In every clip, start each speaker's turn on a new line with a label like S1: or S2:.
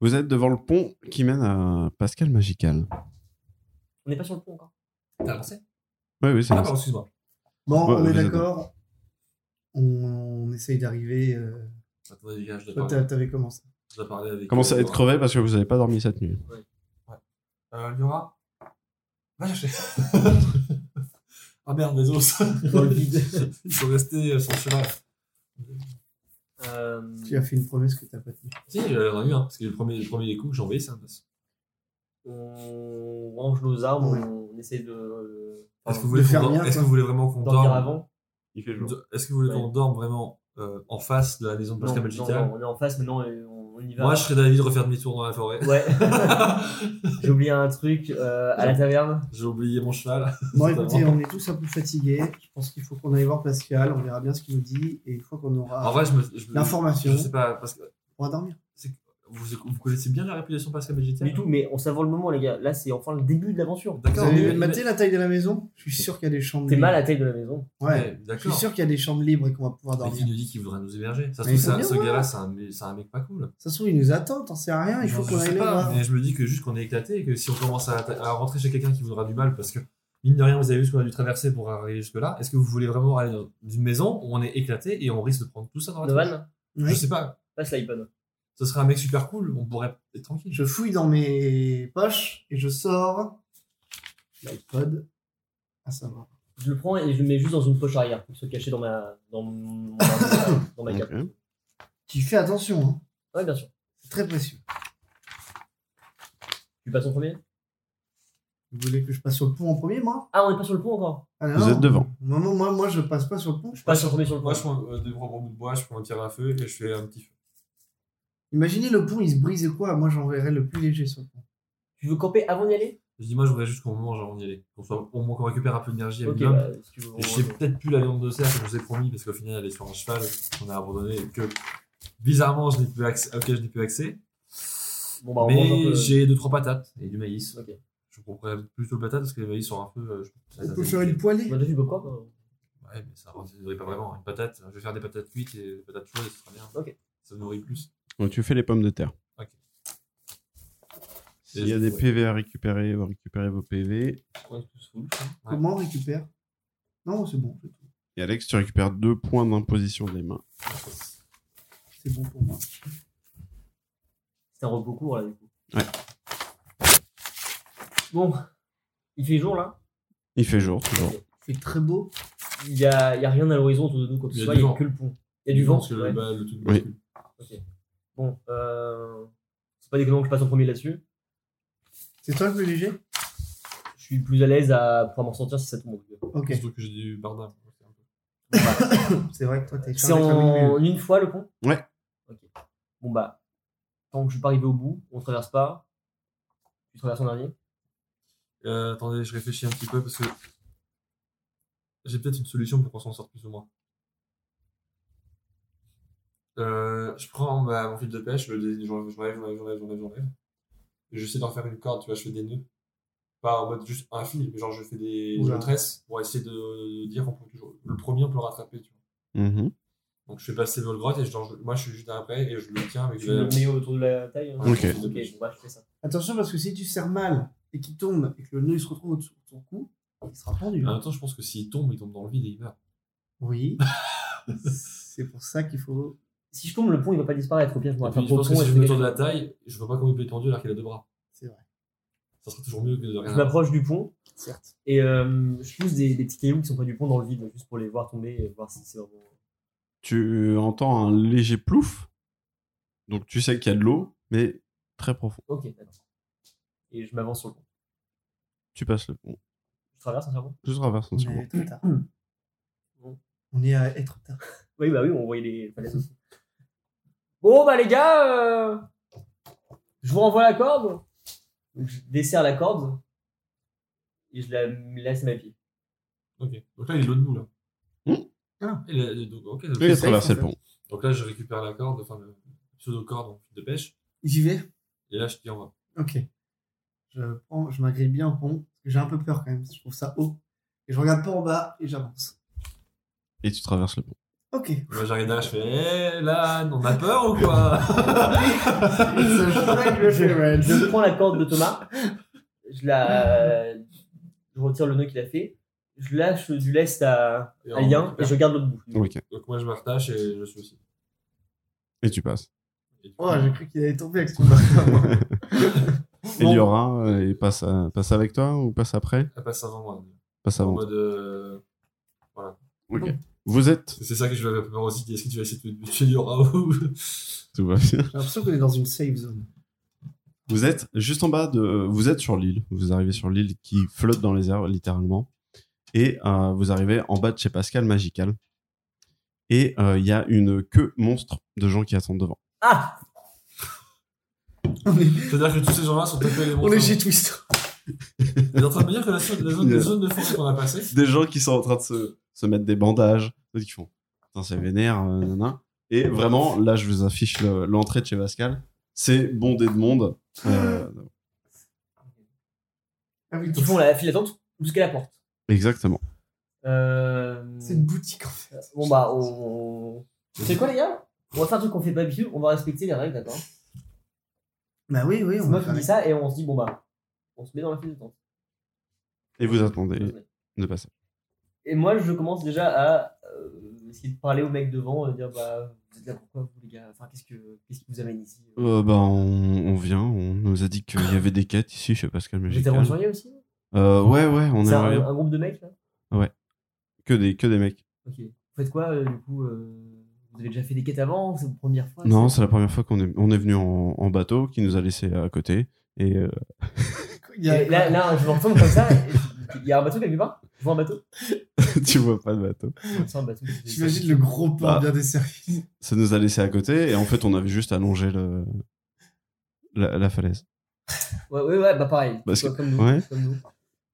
S1: Vous êtes devant le pont qui mène à Pascal Magical.
S2: On n'est pas sur le pont encore.
S3: T'as lancé
S1: Oui, oui, c'est lancé.
S3: Ah, pardon, excuse-moi.
S4: Bon,
S1: Ouais,
S4: on est
S1: vous êtes-
S4: d'accord. On, on essaye d'arriver. euh,
S3: Attendez, les gars, je dois,
S4: Toi,
S3: parler,
S4: t'a- t'avais commencé.
S3: je dois parler avec. euh,
S1: Commencez à être
S3: creux.
S1: crevé parce que vous n'avez pas dormi cette nuit.
S3: Euh, Laura Va chercher. ah merde, les os.
S4: Dans le vide.
S3: Il faut rester euh, sur le cheval.
S2: Euh,
S4: Tu as fait une promesse que t'as pas tenue.
S3: Si, euh, j'en ai eu un, hein, parce que le premier, le premier coup que j'ai envoyé, c'est un os.
S2: on range nos armes,
S4: Ouais.
S2: on essaie de. euh,
S3: Est-ce que,
S2: enfin,
S3: vous voulez
S4: faire
S3: qu'on dor-
S4: bien,
S3: est-ce que
S4: quoi.
S3: vous voulez vraiment qu'on
S2: dormir
S3: dorme
S2: avant
S1: Il fait
S3: de- Est-ce que vous voulez qu'on dorme vraiment euh, en face de la maison de
S2: non,
S3: Pascal
S2: non,
S3: Magical
S2: non, on est en face maintenant et on, on y va.
S3: Moi, je serais d'avis de refaire demi-tour dans la forêt.
S2: Ouais, j'ai oublié un truc euh, à la taverne.
S3: j'ai oublié mon cheval.
S4: Bon,
S3: C'est
S4: écoutez,
S3: vraiment-
S4: on est tous un peu fatigués. Je pense qu'il faut qu'on aille voir Pascal. On verra bien ce qu'il nous dit. Et une fois qu'on aura
S3: En vrai, je me. Je, me-
S4: Ah. l'information,
S3: je sais pas, parce que
S4: on va dormir.
S3: vous, vous connaissez bien la réputation de Pascal Magical
S2: Du tout, mais on savait le moment, les gars. Là, c'est enfin le début de l'aventure.
S4: Vous
S3: D'accord.
S4: avez
S3: mais-
S4: maté la taille de la maison Je suis sûr qu'il y a des chambres
S2: T'es
S4: libres.
S2: mal à la taille de la maison.
S4: Ouais.
S3: Ouais,
S4: Je suis
S3: d'accord.
S4: sûr qu'il y a des chambres libres et qu'on va pouvoir
S3: Mais qui
S4: dormir.
S3: nous dit qu'il voudrait nous héberger Ça se
S4: Mais il
S3: trouve,
S4: faut
S3: ça-
S4: bien
S3: ce
S4: voir.
S3: gars-là, c'est un, mec- c'est un mec pas cool.
S4: Ça se trouve, il nous attend, t'en sais rien. Il faut
S3: Je
S4: qu'on
S3: sais
S4: aille le
S3: pas,
S4: voir.
S3: Mais je me dis que juste qu'on est éclaté et que si on commence à, atta- à rentrer chez quelqu'un qui voudra du mal, parce que mine de rien, vous avez vu ce qu'on a dû traverser pour arriver jusque-là, est-ce que vous voulez vraiment aller dans une maison où on est éclaté et on risque de prendre tout ça dans la tête
S2: Novan,
S3: Je
S4: Oui.
S3: sais pas.
S2: passe l'iPad.
S3: Ce serait un mec super cool, on pourrait être tranquille.
S4: Je fouille dans mes poches et je sors l'iPod. À savoir.
S2: Je le prends et je le mets juste dans une poche arrière pour se cacher dans ma, dans mon- dans ma cape.
S4: Tu fais attention, hein.
S2: Ouais, bien sûr.
S4: c'est très précieux.
S2: Tu passes en premier
S4: Vous voulez que je passe sur le pont en premier, moi
S2: Ah, on n'est pas sur le pont encore.
S4: Ah, non,
S1: Vous
S4: non.
S1: êtes devant.
S4: Non, non, moi, moi, je passe pas sur le pont.
S2: Je passe en premier sur le pont.
S3: Moi, je prends euh, deux trois gros bouts de bois, je prends un tir à feu et je fais un petit feu.
S4: Imaginez le pont, il se brise et quoi Moi, j'enverrai le plus léger sur le pont.
S2: Tu veux camper avant d'y aller
S3: Je dis, moi, je voudrais juste qu'on mange avant d'y aller. Qu'on soit, au moins qu'on récupère un peu d'énergie à
S2: Ok,
S3: minimum.
S2: bah, si tu veux. on-
S3: Et j'ai peut-être plus la viande de cerf que je vous ai promis parce qu'au final elle est sur un cheval qu'on a abandonné et que bizarrement je n'ai plus accès, auquel je n'ai plus accès.
S2: Bon, bah, on mange un
S3: mais
S2: peu.
S3: j'ai deux trois patates et du maïs.
S2: Ok.
S3: Je comprends plutôt patates parce que les maïs sont un peu. euh, je-
S4: On peut faire une poêlée.
S2: On a déjà du popcorn euh,
S3: Ouais, mais ça ne pas vraiment. Une patate, je vais faire des patates cuites et des patates chaudes, ce sera bien.
S2: Ok.
S3: Ça nourrit plus.
S1: Donc, tu fais les pommes de terre.
S3: Ok.
S1: S'il y a des
S3: Ouais.
S1: PV à récupérer, vous récupérez vos PV.
S2: on est tous full.
S3: Ouais.
S4: Comment on récupère Non, c'est bon, c'est tout.
S1: Et Alex, tu récupères deux points d'imposition des mains.
S4: C'est bon pour moi.
S2: C'est un repos court là, du coup.
S1: Ouais.
S2: Bon, il fait jour là.
S1: Il fait jour, toujours.
S4: C'est très beau.
S2: Il y a, il y a rien à l'horizon autour de nous, quoi que
S3: Il y
S2: ce soit.
S3: a du
S2: Il y a
S3: vent.
S2: que le pont. Il y a du vent.
S3: Parce que le-
S2: ouais.
S3: bah, le truc
S1: Oui.
S3: bascule.
S2: Bon, euh, c'est pas déconnant que je passe en premier là-dessus.
S4: C'est toi le plus léger
S2: Je suis plus à l'aise à pouvoir m'en sortir si ça tombe.
S4: Ok.
S3: Surtout que j'ai du barda.
S4: C'est vrai que toi, t'es
S2: C'est
S4: chargé comme une
S2: en
S4: mule.
S2: une fois le pont
S1: Ouais.
S2: Ok. Bon bah, tant que je suis pas arrivé au bout, on traverse pas. Tu traverses en dernier.
S3: Euh, attendez, je réfléchis un petit peu parce que j'ai peut-être une solution pour qu'on s'en sorte plus ou moins. Euh, je prends ma- mon fil de pêche, je le dé- j'enlève, j'enlève, j'enlève, j'enlève, j'enlève, j'enlève. Et J'essaie d'en faire une corde, tu vois, je fais des nœuds. Pas en mode juste un fil, mais genre je fais des
S4: Oula.
S3: des tresses pour essayer de dire qu'on peut toujours. Le premier, on peut le rattraper, tu vois.
S1: Mhm.
S3: Donc je fais passer le grotte et je, genre, je- moi je suis juste après et je le tiens avec
S2: Tu le mets autour de la taille. hein.
S1: Ok.
S2: Ok, bon, bah, je fais ça.
S4: Attention parce que si tu serres mal et qu'il tombe et que le nœud il se retrouve au-dessous de ton cou, il sera pendu.
S3: En même temps, je pense que s'il tombe, il tombe dans le vide et il meurt.
S4: Oui. c'est pour ça qu'il faut.
S2: Si je tombe, le pont il va pas disparaître. Au pire, je me
S3: Et puis,
S2: rattrape
S3: je
S2: au
S3: pense que
S2: pont
S3: si
S2: et
S3: je
S2: je
S3: me
S2: fais
S3: tourne de la
S2: quelque chose.
S3: taille, je vois pas comment il peut être tendu alors qu'il a deux bras.
S4: C'est vrai.
S3: Ça serait toujours mieux que de rien
S2: Je
S3: avoir.
S2: m'approche du pont.
S4: Certes.
S2: Et euh, je pousse des, des petits cailloux qui sont pas du pont dans le vide, juste pour les voir tomber et voir si c'est vraiment.
S1: Tu entends un léger plouf. Donc, tu sais qu'il y a de l'eau, mais très profond.
S2: Ok, d'accord. Et je m'avance sur le pont.
S1: Tu passes le pont.
S2: Je traverse entièrement
S1: Je traverse
S4: On
S1: en ce
S4: est
S1: moment.
S4: trop tard.
S2: Bon.
S4: On est à être tard.
S2: Oui, bah oui, on voyait les falaises aussi. Bon, bah les gars, euh, je vous renvoie la corde. Donc je desserre la corde et je la laisse ma vie.
S3: Ok. Donc là, il est de l'autre bout, là.
S1: Hmm
S4: Ah.
S3: Il est- donc, ok, donc-
S1: Oui, il a
S4: C'est
S1: traversé
S4: vrai,
S1: le pont.
S3: donc là, je récupère la corde, enfin, le pseudo-corde en fil de pêche,
S4: J'y vais
S3: et là, je dis, on va.
S4: Ok. Je, prends, je m'agrippe bien au pont. parce que J'ai un peu peur quand même. parce que Je trouve ça haut. Et je regarde pas en bas et j'avance.
S1: Et tu traverses le pont.
S4: Ok.
S3: Moi, j'ai regardé là, je fais, Eh, là, on a peur ou quoi
S4: It's a fragrant orange.
S2: Je prends la corde de Thomas, je la. Je retire le nœud qu'il a fait, je lâche du lest à,
S3: Et
S2: à
S3: on-
S2: Lien et hein, je garde l'autre bout.
S1: Ok.
S3: Donc, moi, je me rattache et je suis aussi.
S1: Et tu passes.
S3: Et du coup,
S4: Oh, j'ai cru qu'il allait tomber avec son bâtard.
S1: Et
S4: Bon.
S1: Liora, euh, il passe, à- passe avec toi ou passe après
S3: elle passe avant moi.
S1: Passe
S3: En
S1: avant.
S3: mode. euh,
S1: Ok. Vous êtes.
S3: C'est ça que je vais avoir peur aussi. Est-ce que tu vas essayer de me tuer Yora ou.
S1: Tout va bien.
S4: J'ai l'impression qu'on est dans une safe zone.
S1: Vous êtes juste en bas de. Vous êtes sur l'île. Vous arrivez sur l'île qui flotte dans les airs, littéralement. Et euh, vous arrivez en bas de chez Pascal Magical. Et euh, il y a une queue monstre de gens qui attendent devant.
S2: Ah
S4: On est,
S3: C'est-à-dire que tous ces gens-là sont tapés les monstres.
S4: on est chez Twister.
S3: Vous êtes en train de me dire que la zone, la zone,
S1: Yeah.
S3: la zone de force qu'on a passée,
S1: Des gens qui sont en train de se, se mettre des bandages. D'autres qui font. Putain, c'est vénère. euh, nanana. Et vraiment, là, je vous affiche le- l'entrée de chez Pascal. C'est bondé de monde. Euh,
S4: Ah oui,
S2: Ils font la file d'attente jusqu'à la porte.
S1: exactement.
S2: Euh...
S4: c'est une boutique en fait.
S2: Bon bah, on. C'est quoi les gars On va faire un truc qu'on fait pas d'habitude, on va respecter les règles, d'accord
S4: Bah oui, oui,
S2: C'est
S4: on
S2: moi
S4: va
S2: qui
S4: faire
S2: dis ça et on se dit, bon bah, on se met dans la file d'attente.
S1: Et vous attendez de passer.
S2: Et moi, je commence déjà à euh, essayer de parler au mec devant, euh, dire bah, vous êtes là pourquoi vous les gars Enfin, qu'est-ce que qu'est-ce qui vous amène ici
S1: Euh, bah, on, on vient. On nous a dit qu'il y avait des quêtes ici chez Pascal
S2: Vous êtes
S1: Magical.
S2: aventurier aussi
S1: Euh, ouais, ouais, on
S2: C'est un,
S1: aimerait bien.
S2: un groupe de mecs là
S1: Que des, que des mecs.
S2: Ok. Vous faites quoi euh, du coup euh, Vous avez déjà fait des quêtes avant C'est votre première fois
S1: non, c'est la première fois qu'on est, on est venu en, en bateau, qui nous a laissé à côté. Et euh,
S4: Il y a-
S2: Et Là, là, je me retourne comme ça. et je- Il y a un bateau quelque part Je vois un bateau
S1: tu vois pas le bateau.
S2: Je sens un bateau.
S4: J'imagine le gros
S1: Bah.
S4: pain bien desservi.
S1: Ça nous a laissé à côté, et en fait, on avait juste allongé le, la, la falaise.
S2: Ouais, ouais, ouais, bah pareil.
S1: Parce
S2: Toi,
S1: que-
S2: comme nous.
S1: ouais.
S2: comme nous.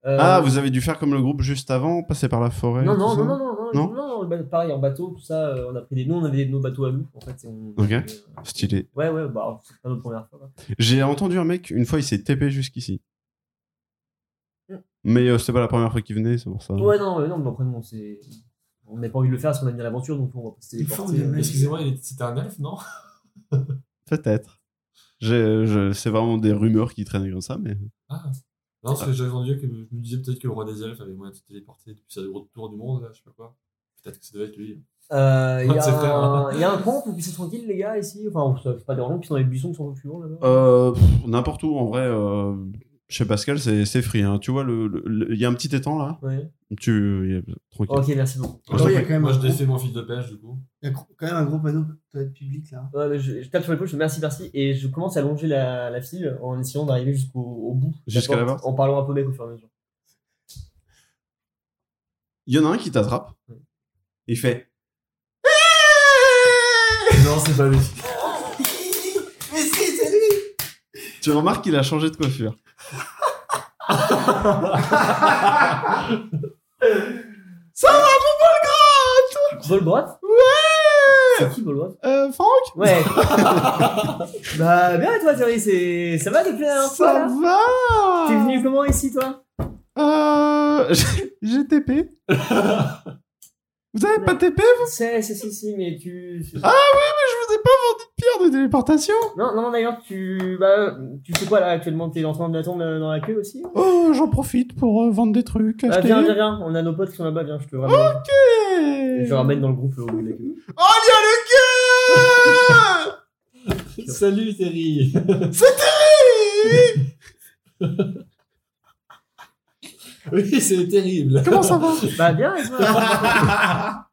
S2: Euh,
S1: Ah, vous avez dû faire comme le groupe juste avant, passer par la forêt.
S2: Non,
S1: et
S2: non,
S1: tout
S2: non,
S1: ça
S2: non, non,
S1: Non
S2: non, non, bah, pareil, en bateau, tout ça, euh, on a pris des. Nous, on avait nos bateaux à nous, en fait. et on-
S1: Ok.
S2: euh,
S1: Stylé.
S2: Ouais, ouais, bah, c'est pas notre première fois. quoi.
S1: J'ai entendu un mec, une fois, il s'est TP jusqu'ici.
S2: Mm.
S1: Mais euh, c'était pas la première fois qu'il venait, c'est pour ça.
S2: Ouais, non, mais non, mais après, nous, on s'est- On n'a pas envie de le faire parce qu'on a mis l'aventure, donc on va pas se
S4: Ils font
S2: téléporter.
S4: des
S2: euh,
S4: mecs.
S3: excusez-moi, il est- c'était un elfe, non
S1: Peut-être. J'ai- je- C'est vraiment des rumeurs qui traînent comme ça, mais.
S3: Ah. Non, parce que j'avais entendu que je me disais peut-être que le roi des elfes avait moyen de se téléporter depuis sa gros tour du monde, là, je sais pas quoi. Peut-être que ça devait être lui.
S2: Euh, Il y, a
S3: C'est frère,
S2: un-
S3: hein.
S2: il y a un pont, vous puissiez tranquille, les gars, ici. Enfin, c'est pas dérangeant, puis dans les buissons qui sont un peu plus longs là-bas.
S1: Euh, pff, N'importe où, en vrai. euh, chez Pascal, c'est c'est free. hein. Tu vois, le- le- le- il y a un petit étang là.
S2: Ouais.
S1: Tu, y a- tranquille.
S2: Ok, merci beaucoup.
S4: Attends, il y a quand même
S3: Moi,
S4: un
S3: je
S4: gros-
S3: défais mon fil de pêche, du coup.
S4: Il y a gro- quand même un gros panneau de toilette publique là.
S2: Ouais, mais Euh, bah, je, je tape sur l'épaule, je fais merci, merci, et je commence à longer la, la file en essayant d'arriver jusqu'au au bout. de
S1: Jusqu'à la porte.
S2: En parlant un peu mec au fur et à mesure.
S1: Il y en a un qui t'attrape. Il fait.
S3: non, c'est pas lui.
S4: Mais si, c'est lui
S1: Tu remarques qu'il a changé de coiffure.
S2: Volbrot Ouais C'est qui Volbrot
S1: Euh, Franck,
S2: Ouais Bah, bien, et toi, Thierry, c'est... ça va depuis la dernière fois
S1: ça
S2: là T'es
S1: va
S2: venu comment ici, toi
S1: Euh, j'ai- J'ai TP. vous avez pas TP
S2: C'est, c'est, si, si, mais tu.
S1: Je vous ai pas vendu de pierre de téléportation.
S2: Non, non, d'ailleurs, tu. Bah, tu fais quoi là actuellement T'es en train de m'attendre euh, dans la queue aussi
S1: Oh, j'en profite pour euh, vendre des trucs,
S2: Ah,
S1: acheter.
S2: Viens, viens, viens, on a nos potes qui sont là-bas, viens, je te ramène. Je te ramène dans le groupe euh, au bout de la queue.
S1: Oh, il y a le cœur
S3: Salut, Terry Oui, c'est terrible
S1: Comment ça va
S2: Bah, bien, et toi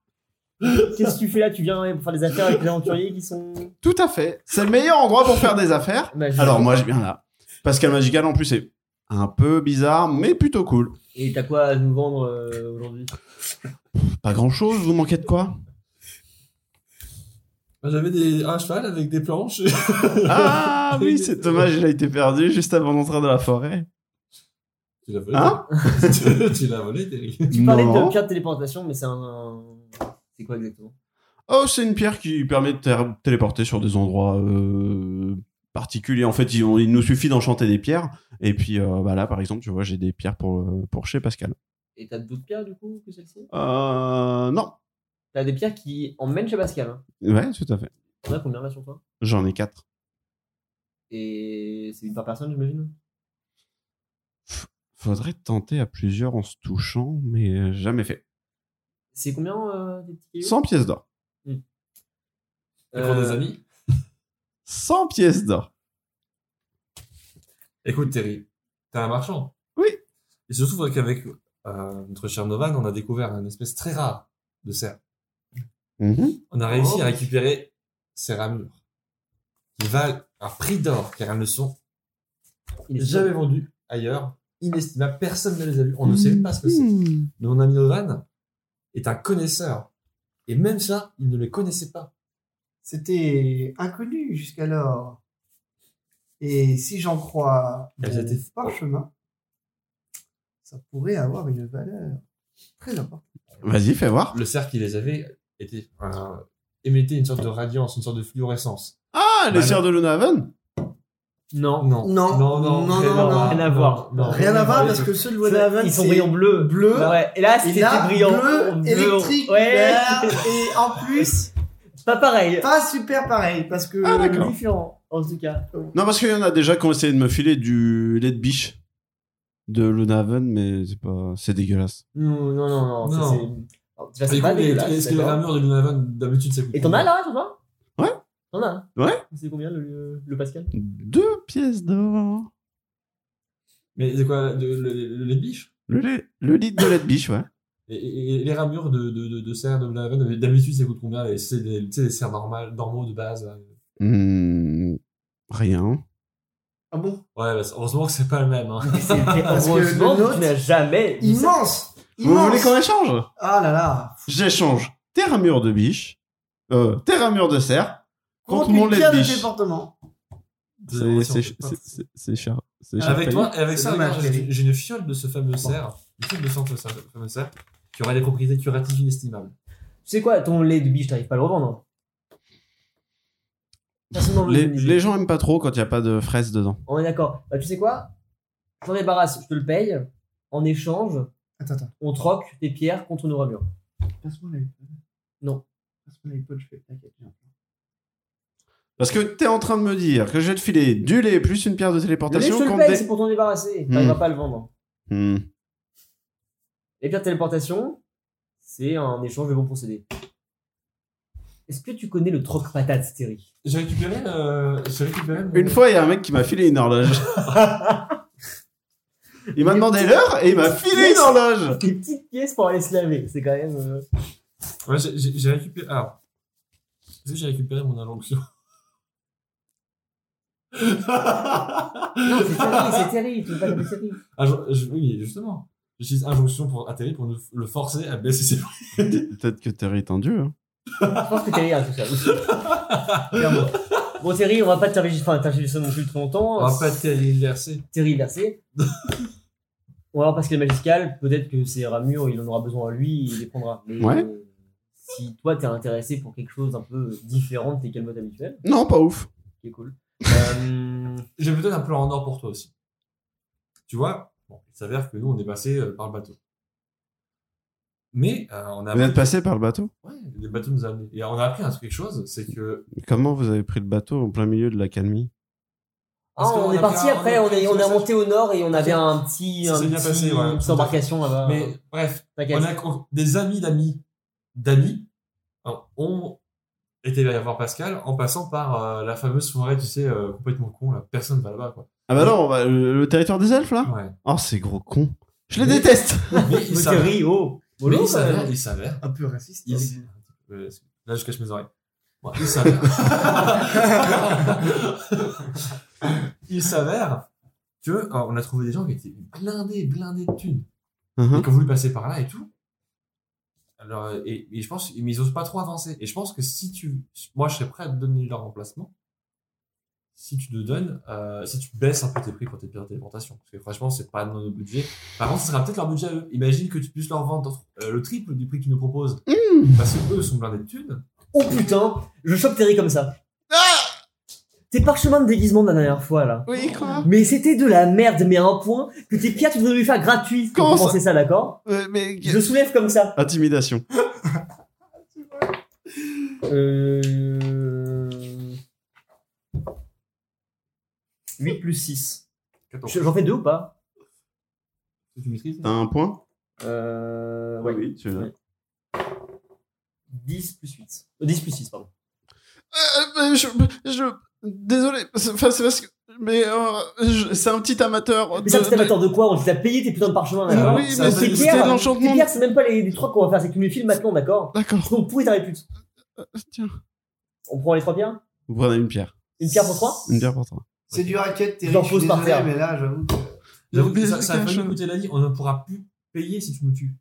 S2: Qu'est-ce que tu fais là Tu viens pour faire des affaires avec les aventuriers qui sont.
S1: Tout à fait. C'est le meilleur endroit pour faire des affaires.
S2: Bah, je-
S1: Alors moi, je viens là. Pascal Magical, en plus, est un peu bizarre, mais plutôt cool.
S2: Et t'as quoi à nous vendre euh, aujourd'hui
S1: Pas grand-chose, vous manquez de quoi
S3: J'avais des... un cheval avec des planches.
S1: Ah oui, c'est dommage, il a été perdu juste avant d'entrer dans la forêt.
S3: Tu l'as volé
S1: Hein
S3: Terry. Tu l'as volé, Terry.
S2: Tu parlais
S1: Non.
S2: de pierre de téléportation, mais c'est un. C'est quoi exactement
S1: Oh, c'est une pierre qui permet de ter- téléporter sur des endroits euh, particuliers. En fait, il, on- il nous suffit d'enchanter des pierres. Et puis euh, bah là, par exemple, tu vois, j'ai des pierres pour, euh, pour chez Pascal.
S2: Et t'as d'autres pierres du coup que celle-ci
S1: Euh, non.
S2: T'as des pierres qui emmènent chez Pascal. hein.
S1: Ouais, tout à fait.
S2: T'en as combien là sur toi
S1: J'en ai quatre.
S2: Et c'est une par personne, j'imagine
S1: Faudrait tenter à plusieurs en se touchant, mais jamais fait.
S2: C'est combien euh, des petits cailloux
S1: 100 pièces d'or.
S3: Et pour nos
S2: Euh,
S3: amis.
S1: 100 pièces d'or.
S3: Écoute, Terry, t'es un marchand.
S1: Oui.
S3: Et surtout faudrait qu'avec euh, notre cher Novan, on a découvert une espèce très rare de cerf.
S1: Mhm.
S3: On a réussi
S4: Oh.
S3: à récupérer ces ramures qui valent un prix d'or car elles ne sont
S2: il est
S3: jamais vendues ailleurs, inestimables. Personne ne les a vues. On ne sait même pas ce que
S2: Hmm.
S3: c'est.
S1: Mhm.
S3: Mais mon ami Novan est un connaisseur. Et même ça, il ne les connaissait pas.
S4: C'était inconnu jusqu'alors. Et si j'en crois
S3: Elles
S4: mon
S3: étaient-
S4: parchemin, ça pourrait avoir une valeur très importante.
S1: Vas-y, fais voir.
S3: Le cerf qui les avait était un- émettait une sorte de radiance, une sorte de fluorescence.
S1: Ah, les
S3: Voilà.
S1: sœurs de Lunaven
S2: Non.
S3: Non,
S4: Non. Non,
S3: rien
S4: non,
S3: à
S4: non.
S3: voir,
S2: Rien à voir.
S3: non,
S4: Rien à voir
S3: non,
S4: parce
S3: non.
S4: que ceux de Wadaven,
S2: Ils sont
S4: c'est
S2: brillants bleus. Bah
S4: bleu,
S2: Ouais. Et là,
S4: et
S2: c'était
S4: là,
S2: brillant.
S4: bleu,
S2: Bleu.
S4: électrique,
S2: Ouais.
S4: vert, et en plus,
S2: Pas pareil.
S4: pas super pareil parce que
S1: Ah, d'accord.
S2: Différent, en tout cas.
S1: Non, parce qu'il y en a déjà qui ont essayé de me filer du lait de biche de Lunaven, mais c'est pas... c'est dégueulasse.
S2: Non, non, non, non. ça,
S3: Non.
S2: c'est- Alors, déjà,
S3: Du
S2: c'est
S3: coup,
S2: pas
S1: Bah,
S3: les-
S2: dégueulasse,
S3: est-ce que les
S2: d'accord.
S3: ramures de Lunaven, d'habitude, ça coûte
S2: Et t'en as là, tu vois
S1: Ouais.
S2: T'en as
S1: Ouais.
S2: C'est combien le, le Pascal
S1: Deux pièces d'or.
S3: Mais c'est quoi, de- le- le- les biches
S1: Le, lait... le litre de lait de biche, ouais.
S3: et, et- et les ramures de, de, de, de cerf de Lunaven, d'habitude, ça coûte combien Et C'est des, tu sais, des cerfs normales- normaux de base. là.
S1: Hmm, Rien.
S4: ah bon,
S3: Ouais, bah, heureusement que c'est pas le même. hein.
S2: Mais c'est- mais
S4: Parce que
S2: Heureusement
S4: le
S2: que
S4: nôtre-
S2: tu n'as jamais dit ça.
S4: immense,
S1: Vous
S4: immense.
S1: voulez qu'on échange
S4: Ah là là,
S1: J'échange tes ramures de biche, euh, tes ramures de cerf, contre mon
S4: une
S1: lait
S4: pierre
S1: de
S4: de
S1: biche.
S4: déportement.
S1: C'est-
S3: C'est-
S1: C'est
S3: c'est-
S1: c'est- c'est- c'est cher. c'est cher
S3: Avec
S1: payé.
S3: toi, et avec
S4: C'est
S3: ça,
S4: dommage,
S3: regarde,
S4: Eric.
S3: j'ai j'ai une fiole de ce fameux cerf, une fiole de sang de ce fameux cerf, qui aurait des propriétés curatives inestimables.
S2: Tu sais quoi, ton lait de biche, t'arrives pas à le revendre. hein. Personne n'en veut,
S1: Les,
S2: tu me disais.
S1: les gens aiment pas trop quand il n'y a pas de fraises dedans.
S2: On est d'accord. Bah, tu sais quoi Je t'en débarrasse, je te le paye. En échange,
S4: Attends, attends,
S2: on troque tes pierres contre nos ramures.
S4: passe-moi l'iPod.
S2: Non.
S4: Passe-moi l'iPod, je fais t'inquiète. j'ai un plan.
S1: Parce que t'es en train de me dire que je vais te filer du lait plus une pierre de
S2: Le lait, je
S1: téléportation
S2: te le
S1: contre
S2: paye,
S1: des-
S2: c'est pour t'en débarrasser. T'arriveras
S1: Hmm.
S2: pas à le vendre.
S1: Hmm.
S2: Les pierres de téléportation, c'est un échange de bons procédés. Est-ce que tu connais le troc patate, Terry
S3: J'ai récupéré, euh, j'ai récupéré mon-
S1: Une fois, il y a un mec qui m'a filé une horloge. il m'a demandé l'heure et il m'a filé une horloge.
S2: Des petites pièces pour aller se laver, c'est quand même. euh,
S3: Ouais, j'ai- j'ai j'ai récupéré. Alors, est-ce que j'ai récupéré mon injonction
S2: Non, c'est Terry, c'est Terry, tu veux pas l'appeler Terry.
S3: Injon- Ah, je- Oui, justement. J'utilise injonction pour atterrir pour nous- le forcer à baisser ses prix.
S1: Peut-être que Terry est tendu. hein.
S2: Je pense que Terry a tout ça. Clairement. Bon, Terry, on va pas tergiverser enfin, tergiverser ça non plus trop longtemps.
S3: On va pas tergiverser.
S2: Terry versé. on va voir Pascal Magiscal, peut-être que c'est Ramur, il en aura besoin à lui, il les prendra. Mais
S1: Ouais.
S2: euh, si toi t'es intéressé pour quelque chose un peu différent de tes calmotes habituelles,
S1: Non, pas ouf.
S2: qui est cool. Euh,
S3: J'ai peut-être un plan en or pour toi aussi. Tu vois, bon, il s'avère que nous, on est passé euh, par le bateau. Mais euh, on a
S1: Vous êtes
S3: appris-
S1: passé par le bateau
S3: Ouais, les bateaux nous a amenés. Et on a appris un truc- quelque chose, c'est que.
S1: Comment vous avez pris le bateau en plein milieu de la calmie
S2: ah,
S3: Parce qu'on
S2: on, est
S3: a
S2: parti
S3: fait un-
S2: après, on est, on est
S3: ça-
S2: monté au nord et on avait un petit,
S3: Ça
S2: un
S3: s'est bien
S2: petit-
S3: passé, ouais.
S2: une petite embarcation là-bas.
S3: Mais bref,
S2: T'inquiète.
S3: on a con- des amis d'amis d'amis hein, ont été allés voir Pascal en passant par euh, la fameuse forêt, tu sais, euh, complètement con, là. Personne va là-bas, quoi.
S1: Ah bah non, on va- le, le territoire des elfes là
S3: Ouais.
S1: Oh, ces gros cons. Je les
S3: Mais-
S1: déteste.
S3: Mais il
S2: Mais
S3: s'avère.
S2: Terry, oh
S3: mais
S2: Bonjour,
S3: il s'avère-
S2: euh,
S3: il s'avère.
S4: Un peu raciste.
S3: il-
S4: hein.
S3: Euh, Là, je cache mes oreilles. Ouais, il s'avère. il s'avère que euh, on a trouvé des gens qui étaient blindés, blindés de thunes. et
S1: Mhm.
S3: qui ont voulu passer par là et tout. Alors, euh, et, et je pense mais ils osent pas trop avancer. Et je pense que si tu. Moi, je serais prêt à te donner leur emplacement. Si tu te donnes. euh, si tu baisses un peu tes prix pour tes pierres de téléportation. Parce que franchement, c'est pas dans notre budget. Par contre, ce sera peut-être leur budget à eux. Imagine que tu puisses leur vendre euh, le triple du prix qu'ils nous proposent. Parce que eux sont blindés de thunes.
S2: Oh putain Je chope Terry comme ça.
S3: Ah
S2: Tes parchemins de déguisement de la dernière fois là.
S1: Oui, quoi
S2: Mais c'était de la merde, mais à un point que tes pierres, tu devrais lui faire gratuit.
S1: Comment
S2: Comment c'est ça, d'accord
S1: Euh, Mais...
S2: Je soulève comme ça.
S1: Intimidation.
S2: Euh... 8 plus 6.
S3: 14.
S2: J'en fais deux ou pas
S3: Tu maîtrises
S1: T'as un point
S2: euh... ouais.
S1: Oui, tu l'as.
S2: Ouais. 10 plus 8. Euh, 10 plus 6, pardon.
S1: Euh, euh, je, je- désolé, c'est enfin, c'est parce que. Mais euh, je- c'est un petit amateur.
S2: Mais ça,
S1: de- Ah
S2: c'est amateur de quoi On t'a payé tes putains de parchemins. là.
S1: Oui,
S2: Ça,
S3: mais
S2: c'est
S3: c'était
S2: clair.
S1: l'enchantement.
S2: C'est clair, c'est même pas les, les trucs qu'on va faire, c'est que tu nous les filmes maintenant, d'accord
S1: de- D'accord.
S2: On pourrit ta répute.
S1: Euh, Tiens.
S2: On prend les trois pierres
S1: Vous prenez une pierre.
S2: Une pierre pour trois
S1: Une pierre pour toi.
S4: C'est du racket, t'es
S2: Je leur
S4: riche, je
S2: pose
S4: suis
S2: par
S4: désolé,
S2: terre.
S4: mais là, j'avoue. que-
S3: J'avoue que
S1: Mais
S3: ça, ça a
S1: cache-
S3: failli coûter la vie, on ne pourra plus payer si tu nous tues.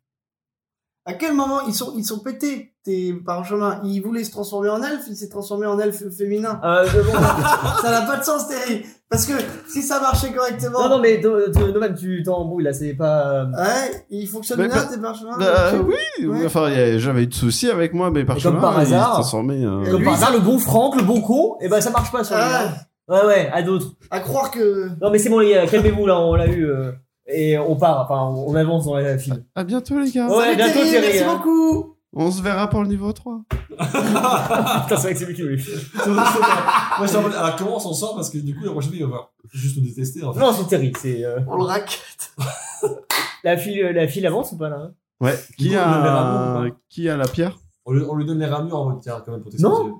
S4: À quel moment ils sont, ils sont pétés, tes parchemins Ils voulaient se transformer en elfe, il s'est transformé en elfe féminin.
S2: euh, je- bon,
S4: ça n'a pas de sens, Terry Parce que si ça marchait correctement,
S2: Non, non, mais Do- Do- Doman, tu t'embrouilles là, c'est pas. euh,
S4: ouais, ils fonctionnent
S1: Mais
S4: bien,
S1: pas-
S4: tes parchemins.
S1: Bah,
S4: ok.
S1: oui,
S4: Ouais.
S1: enfin, il y a- j'avais eu de soucis avec moi, mais par
S2: Ah, Et comme par
S1: chemin, il
S2: hasard-
S1: s'est transformé, euh,
S2: Comme
S4: lui,
S2: par
S4: ça-
S2: hasard, le bon Franck, le bon con, et ben ça marche pas sur lui.
S4: Ah,
S2: hein. Ouais, ouais, à d'autres.
S4: à croire que.
S2: Non, mais c'est bon, les gars, calmez-vous là, on l'a eu. euh, et on part, enfin, on, on avance dans la file.
S1: À bientôt, les gars.
S2: Ouais,
S4: Salut,
S2: bientôt,
S4: Terry,
S2: Terry,
S4: merci
S2: hein.
S4: beaucoup.
S1: On se verra pour le niveau 3.
S2: Ah, Putain, c'est vrai que c'est lui qui nous les filme.
S3: Moi, j'étais en mode, alors comment on s'en sort Parce que du coup, la prochaine fois, il va falloir juste nous détester. En fait.
S2: Non, c'est terrible, c'est. euh,
S4: On le rack.
S2: La file, la file avance ou pas là hein
S1: Ouais. Qui
S3: coup, on le verra
S1: a,
S3: bon, ou
S1: qui a la pierre
S3: On, lui, on lui donne les ramures en mode, tiens, quand même, pour tester.
S2: Non.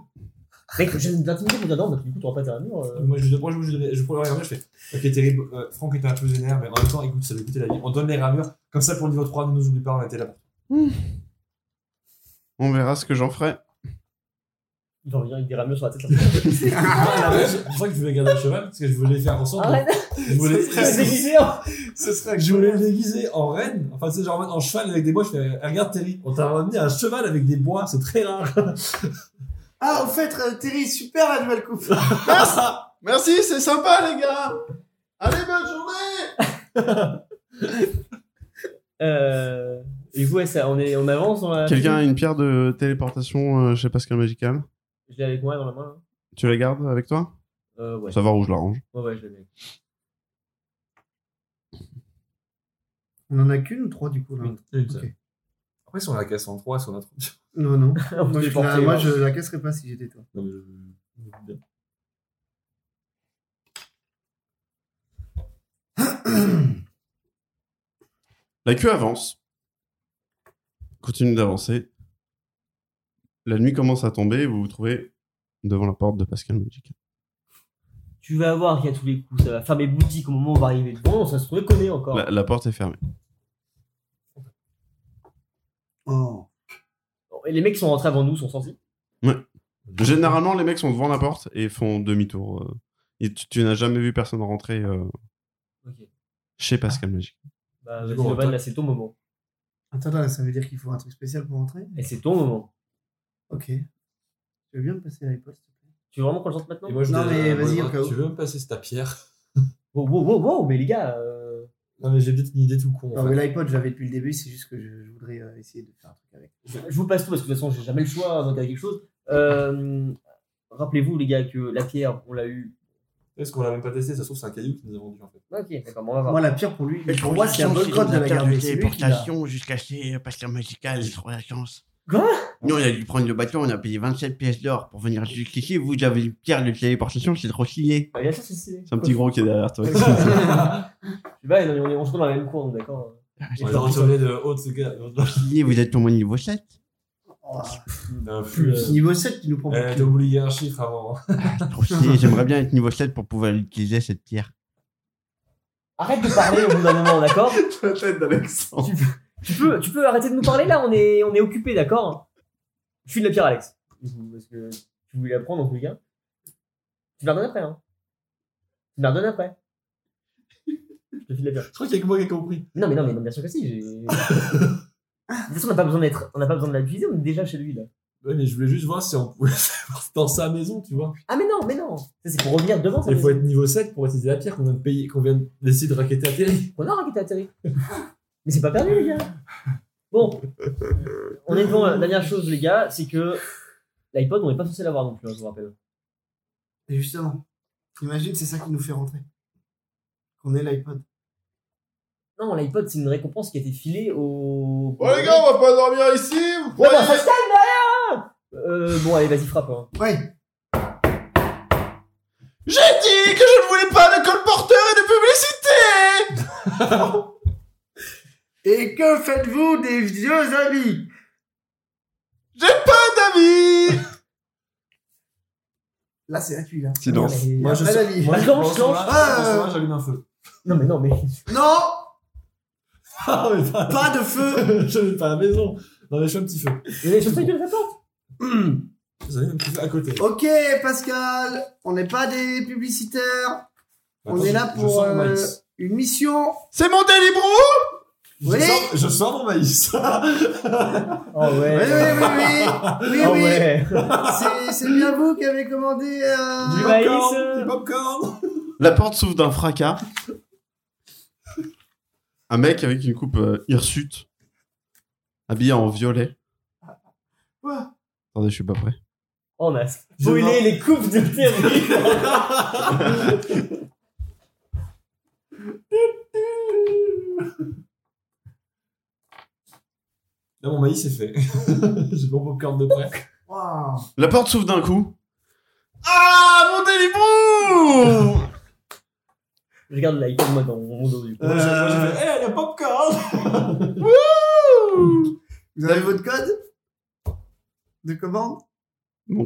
S2: Mec, j'ai une intimité pour dire non, bah, du coup, t'auras pas ta ramure. euh.
S3: Moi, je, moi, je, je, je, prends les ramures, je fais, ok, terrible, euh, Franck était un peu vénère, mais en même temps, écoute, ça lui coûter la vie. On donne les ramures, comme ça, pour le niveau 3, ne nous oublie pas, on était là.
S1: On verra ce que j'en ferai.
S2: Il va revenir avec des ramures sur la tête. là.
S3: Ah, la vache, c'est pour ça que je voulais garder le cheval, parce que je voulais les faire ensemble.
S2: Arrête,
S3: je voulais,
S2: il s'est déguisé en.
S4: Ce serait
S3: je voulais le déguiser en reine, enfin, tu sais, genre en cheval avec des bois. Je fais, Eh, regarde, Terry, on t'a ramené un cheval avec des bois, c'est très rare.
S4: Ah, au fait, euh, Terry, super la nouvelle coupe.
S1: Merci, c'est sympa, les gars. Allez, bonne journée.
S2: Euh, Et vous, ouais, ça, on, est, on avance dans la.
S1: Quelqu'un a une pierre de téléportation euh, chez Pascal Magical
S2: Je l'ai avec moi dans la main
S1: Tu la gardes avec toi
S2: là. Euh, ouais.
S1: Savoir où je la range.
S2: Ouais, ouais, je l'ai avec.
S4: On en a qu'une ou trois du coup
S2: Ah,
S4: là
S3: Ok. Après, si on la casse en 3, si on a trop.
S4: Non, non.
S2: On
S4: moi,
S2: peut
S4: je,
S2: déporter,
S4: la, moi
S2: hein.
S4: je la casserais pas si j'étais toi.
S3: Non, mais je- je- je-
S1: La queue avance. Continue d'avancer. La nuit commence à tomber et vous vous trouvez devant la porte de Pascal Magical.
S2: Tu vas voir qu'il y a tous les coups, ça va faire mes boutiques au moment où on va arriver devant, ça se trouve qu'on est encore.
S1: La, la porte est fermée.
S4: Oh.
S2: Et les mecs qui sont rentrés avant nous sont sortis.
S1: Généralement, les mecs sont devant la porte et font demi-tour. euh. Et tu tu n'as jamais vu personne rentrer euh,
S2: Ok.
S1: chez Pascal Magical.
S2: Bah,
S3: Du
S2: vas-y,
S3: coup, on
S2: Lovan,
S3: attaque.
S2: là, c'est ton moment.
S4: Attends, attends, ça veut dire qu'il faut un truc spécial pour entrer
S2: Et c'est ton moment.
S4: Ok. Tu veux bien me passer l'iPod, s'il te plaît
S2: Tu veux vraiment qu'on le sorte maintenant
S3: Et moi, je
S4: Non,
S3: te-
S4: mais
S3: moi,
S4: vas-y,
S3: je-
S4: au cas où.
S3: Tu veux me passer cette pierre
S2: Wow, wow, wow, wow, mais les gars. euh,
S3: Non, mais j'ai peut-être une idée tout con. en
S4: Non, mais
S3: fait.
S4: l'iPod, je l'avais depuis le début, c'est juste que je, je voudrais euh, essayer de faire un truc avec.
S2: Je, je vous passe tout parce que de toute façon, j'ai jamais le choix donc il y a quelque chose. Euh, Rappelez-vous, les gars, que la pierre, on l'a eu.
S3: Est-ce qu'on l'a même pas testé Ça se trouve, c'est un caillou qui nous a vendu en fait.
S2: Ok, d'accord, bon, on va voir.
S4: Moi, la pire pour lui, je crois c'est un bon code de la garder. C'est lui qui l'a.
S5: jusqu'à chez Pascal Magical, j'ai trouvé la chance.
S2: Quoi
S5: Nous, on a dû prendre le bateau, on a payé 27 pièces d'or pour venir jusqu'ici. Vous avez une pierre de téléportation, c'est trop stylé.
S2: Ah, il y a ça, c'est stylé.
S1: C'est un petit gros qui est derrière toi.
S2: Je sais pas, on est on se trouve dans la même cour, donc d'accord.
S3: On est retourné de haute, ce gars.
S5: Stylé, vous êtes au moins niveau 7.
S4: Oh,
S3: Euh,
S4: plus.
S3: plus.
S4: Niveau 7, tu nous prends pour
S3: Euh,
S4: qui
S3: J'ai oublié un chiffre avant. hein.
S5: C'est trop stylé, j'aimerais bien être niveau 7 pour pouvoir utiliser cette pierre.
S2: Arrête de parler au bout d'un moment, d'accord
S1: la tête
S2: Oh.
S1: d'Alexandre.
S2: tu peux, tu peux arrêter de nous parler là, on est, on est occupé, d'accord Je suis de la pierre, Alex. Du coup, Parce que tu voulais la prendre en tout cas. Tu me la redonnes après, hein Tu me la redonnes après. Je te file la pierre.
S3: Je crois qu'il y a que moi qui ai compris.
S2: Non, mais non, mais non, bien sûr que si. j'ai- De toute façon, on n'a pas besoin d'être, on n'a pas besoin de la l'utiliser, on est déjà chez lui là.
S3: Ouais, mais je voulais juste voir si on pouvait faire dans sa maison, tu vois.
S2: Ah, mais non, mais non Ça, c'est pour revenir devant ça.
S3: Il faut être niveau 7 pour utiliser la pierre qu'on vient de payer, qu'on vient d'essayer de raqueter à Terry.
S2: On a raquetté hein, atterri. Mais c'est pas perdu, les gars. Bon, on est devant la dernière chose, les gars, c'est que l'iPod, on n'est pas censé l'avoir non plus, hein, je vous rappelle.
S4: Et justement, imagine, c'est ça qui nous fait rentrer. Qu'on ait l'iPod.
S2: Non, l'iPod, c'est une
S1: Oh,
S2: récompense qui a été filée au.
S1: on va pas dormir ici.
S2: Ouais, bah, ça se calme, là Euh, bon, allez, vas-y, frappe. hein.
S4: Ouais.
S5: J'ai dit que je ne voulais pas de colporteur et de publicité
S4: Et que faites-vous des vieux amis
S5: D'amis
S4: Là, c'est la là.
S1: Silence.
S2: Mais-
S3: Moi, je
S4: Après,
S3: sais-
S4: la vie.
S3: moi, je-
S2: Clenche,
S3: pendant ce temps-là-
S4: clenche. Ah,
S3: pendant ce temps-là,
S4: euh.
S3: j'allume un feu.
S2: Non, mais non, mais.
S4: Non,
S3: Ah, mais pas-
S4: pas de feu.
S3: je pas à la maison. Non, mais je fais un petit feu.
S2: Mais je sais que ça porte.
S4: Hmm.
S3: Vous avez un petit feu à côté.
S4: ok, Pascal, on n'est pas des publicitaires. on
S3: Attends,
S4: est là
S3: je- je
S4: pour
S3: sors mon
S4: euh,
S3: maïs.
S4: une mission.
S5: C'est mon Deliveroo
S3: Je
S4: oui.
S3: sors- Je sors mon maïs.
S2: Oh
S4: Oui,
S2: ouais.
S4: oui, oui, oui. Oui,
S2: Oh
S4: oui.
S2: ouais.
S4: C'est- C'est bien vous qui avez commandé. euh,
S2: Du
S3: Du
S2: maïs,
S3: popcorn,
S2: euh.
S3: Du popcorn.
S1: La porte s'ouvre d'un fracas. Un mec avec une coupe euh, hirsute, habillé en violet.
S4: Quoi
S1: Attendez, je suis pas prêt.
S2: On a
S3: Je
S2: brûlé
S3: vois.
S2: Oh, les coupes de terrible.
S3: Là, mon maïs est fait. J'ai mon popcorn de près.
S4: waouh.
S1: La porte s'ouvre d'un coup.
S5: Ah, mon Deliveroo
S2: Je regarde l'icône, moi, dans mon dos du coup.
S3: Moi, j'ai-
S1: Euh.
S3: moi, j'ai fait, Eh, le popcorn
S4: Vous avez votre code de commande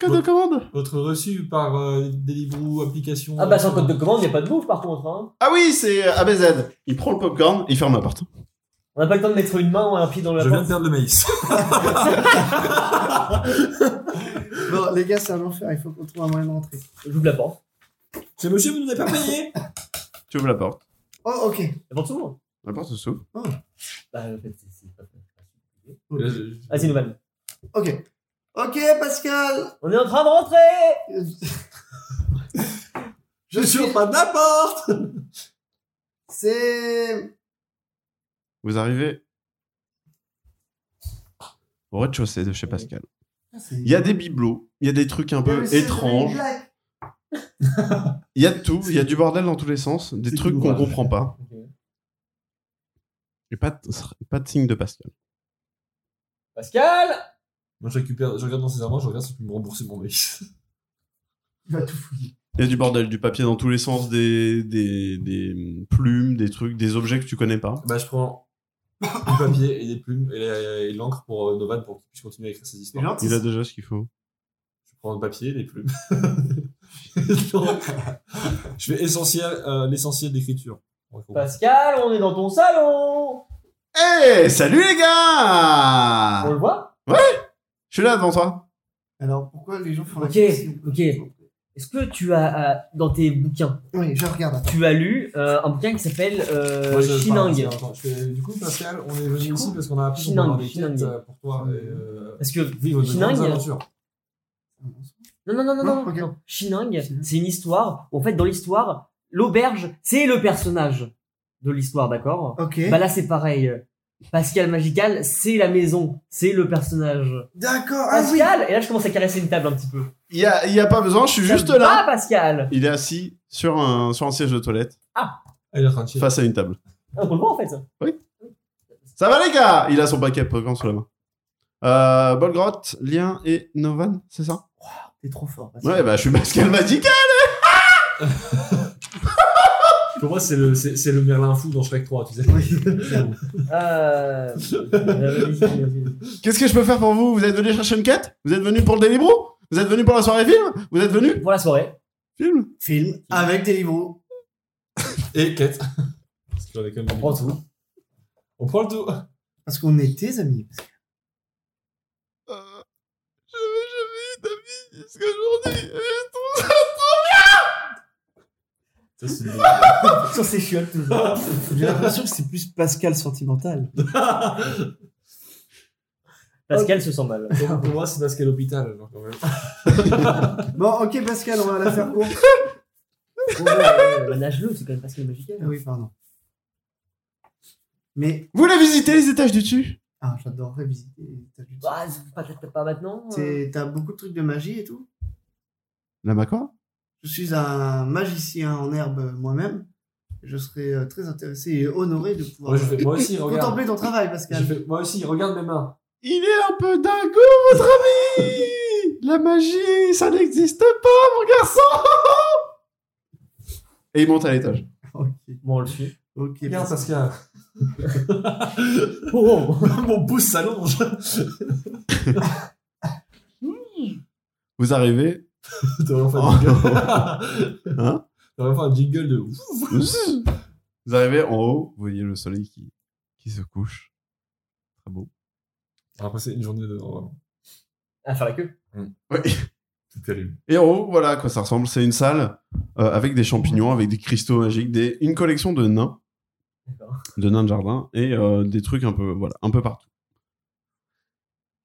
S1: Code de commande
S3: Votre reçu par euh, Deliveroo, application. euh,
S2: Ah bah, sans code de commande, y a pas de bouffe par contre. Hein.
S1: Ah oui, c'est euh, ABZ. Il prend le popcorn, il ferme la porte.
S2: On n'a pas le temps de mettre une main ou un pied dans la
S3: Je viens de
S2: porte.
S3: perdre le maïs.
S4: Bon, les gars, c'est un enfer, il faut qu'on trouve un moyen de rentrer.
S2: J'ouvre la porte.
S3: C'est monsieur, vous n'avez pas payé
S1: Tu ouvres la porte.
S4: Oh, ok.
S2: La porte s'ouvre.
S1: La porte s'ouvre.
S2: Bah, en fait, Ah, c'est- c'est pas compliqué.
S3: Là, je-
S2: Vas-y, Nouman.
S4: Ok. Ok, Pascal.
S2: On est en train de rentrer
S4: Je suis au pas de la porte. C'est.
S1: Vous arrivez au rez-de-chaussée de chez Pascal. Il y a des bibelots, il y a des trucs
S4: Ah,
S1: un peu étranges, il y a de tout, il y a du bordel dans tous les sens, des
S3: C'est
S1: trucs
S3: du
S1: qu'on
S3: ouvrage.
S1: comprend pas.
S2: Ok.
S1: Et pas de, pas de signe de Pascal.
S2: Pascal
S3: Moi, je récupère, je regarde dans ses armoires, je regarde si tu peux me rembourser mon maïs.
S4: Il va tout fouiller.
S1: Il y a du bordel, du papier dans tous les sens, des, des, des plumes, des trucs, des objets que tu connais pas.
S3: Bah, je prends du papier et des plumes et, euh, et de l'encre pour euh, Novan pour qu'il puisse continuer à écrire ses histoires.
S4: Gentil.
S1: Il a déjà ce qu'il faut.
S3: Je prends le papier et les plumes. je fais essentiel, euh, l'essentiel d'écriture.
S2: Pascal, on est dans ton salon
S1: Hey, Eh, salut les
S2: On
S1: gars
S2: le voit
S1: Je suis là devant toi.
S4: Alors, pourquoi les gens font
S2: Ok,
S4: la question
S2: ok. Est-ce que tu as, euh, dans tes bouquins,
S4: Oui, je regarde. Attends.
S2: tu as lu euh, un bouquin qui s'appelle euh, Chiningue
S3: Attends, je fais- Du coup, Pascal, on est venu
S2: Du
S3: ici
S2: coup,
S3: parce qu'on a appris qu'on
S2: Chiningue,
S3: a des
S2: Chiningue.
S3: quêtes, euh, pour toi et, euh,
S2: Parce que...
S3: vivre de
S2: Chiningue.
S3: grandes aventures.
S2: Non, non, non, non, non,
S4: Non, ok.
S2: non. Chiningue,
S4: Chiningue.
S2: c'est une histoire. En fait, dans l'histoire, l'auberge, c'est le personnage de l'histoire, d'accord
S4: Ok.
S2: Bah là, c'est pareil. Pascal Magical, c'est la maison, c'est le personnage.
S4: D'accord. Ah oui.
S2: Pascal Et là, je commence à caresser une table un petit peu.
S1: Il y a, il y a pas besoin, je suis juste
S2: Ça te
S1: là.
S2: va, Pascal
S1: Il est assis sur un, sur un siège de toilette,
S3: Ah, il est en train de chier.
S1: face à une table.
S2: Ah, On peut le voir, en fait.
S1: Ça va les gars Il a son paquet de Pokémon sous la main. Euh, Bolgrot, Lien et Novan, c'est ça
S4: T'es trop fort. Pascal.
S1: Ouais, bah je suis Pascal Magica
S3: Pour moi, c'est le, c'est, c'est le Merlin fou dans Shrek 3, tu sais.
S2: Euh... vas-y, vas-y, vas-y.
S1: Qu'est-ce que je peux faire pour vous Vous êtes venu chercher une quête Vous êtes venu pour le Deliveroo Vous êtes venu pour la soirée film Vous êtes venu
S2: Pour la soirée.
S1: Film
S4: Film avec des livres.
S3: Et quête. Parce qu'on est quand même
S2: On prend tout.
S3: On prend le tout.
S4: Parce qu'on est tes amis.
S1: Je veux jamais ta vie jusqu'aujourd'hui
S3: Ça, c'est une-
S2: Sur ses chiottes, toujours.
S4: J'ai l'impression que c'est plus Pascal sentimental.
S2: Pascal se sent mal.
S3: pour, pour moi, c'est parce qu'à l'hôpital. genre, quand même.
S4: Bon, ok, Pascal, on va la faire courte.
S2: Oh, ouais, ouais, Nage-le, c'est quand même Pascal Magical.
S4: Ah oui, pardon. Mais.
S1: Vous voulez visiter les étages du dessus
S4: Ah, j'adorerais visiter les étages du dessus.
S2: Ah, c'est pas, peut-être pas maintenant. euh.
S4: C'est- T'as beaucoup de trucs de magie et tout.
S1: La Macor
S4: Je suis un magicien en herbe euh, moi-même. Je serais euh, très intéressé et honoré de pouvoir
S3: Moi, je fais- moi aussi, regarde.
S4: contempler ton travail,
S3: Je
S4: Pascal.
S3: fais- moi aussi, regarde mes mains.
S1: Il est un peu dingo, votre ami La magie, ça n'existe pas, mon garçon Et il monte à l'étage.
S2: Bon, on le suit.
S4: Ok.
S3: Regarde, Saskia.
S2: Oh,
S3: Mon pouce s'allonge.
S1: Vous arrivez.
S3: T'aurais fait
S1: Oh.
S3: un jingle.
S1: Hein
S3: T'aurais fait un jingle de ouf.
S1: vous arrivez en haut, vous voyez le soleil qui, qui se couche. Très beau.
S3: On va passer une journée dedans. vraiment.
S2: À faire la queue.
S3: C'est terrible.
S1: Et en haut, voilà à quoi ça ressemble. C'est une salle euh, avec des champignons, avec des cristaux magiques, des... une collection de nains,
S2: D'accord.
S1: de nains de jardin et euh, des trucs un peu, voilà, un peu partout.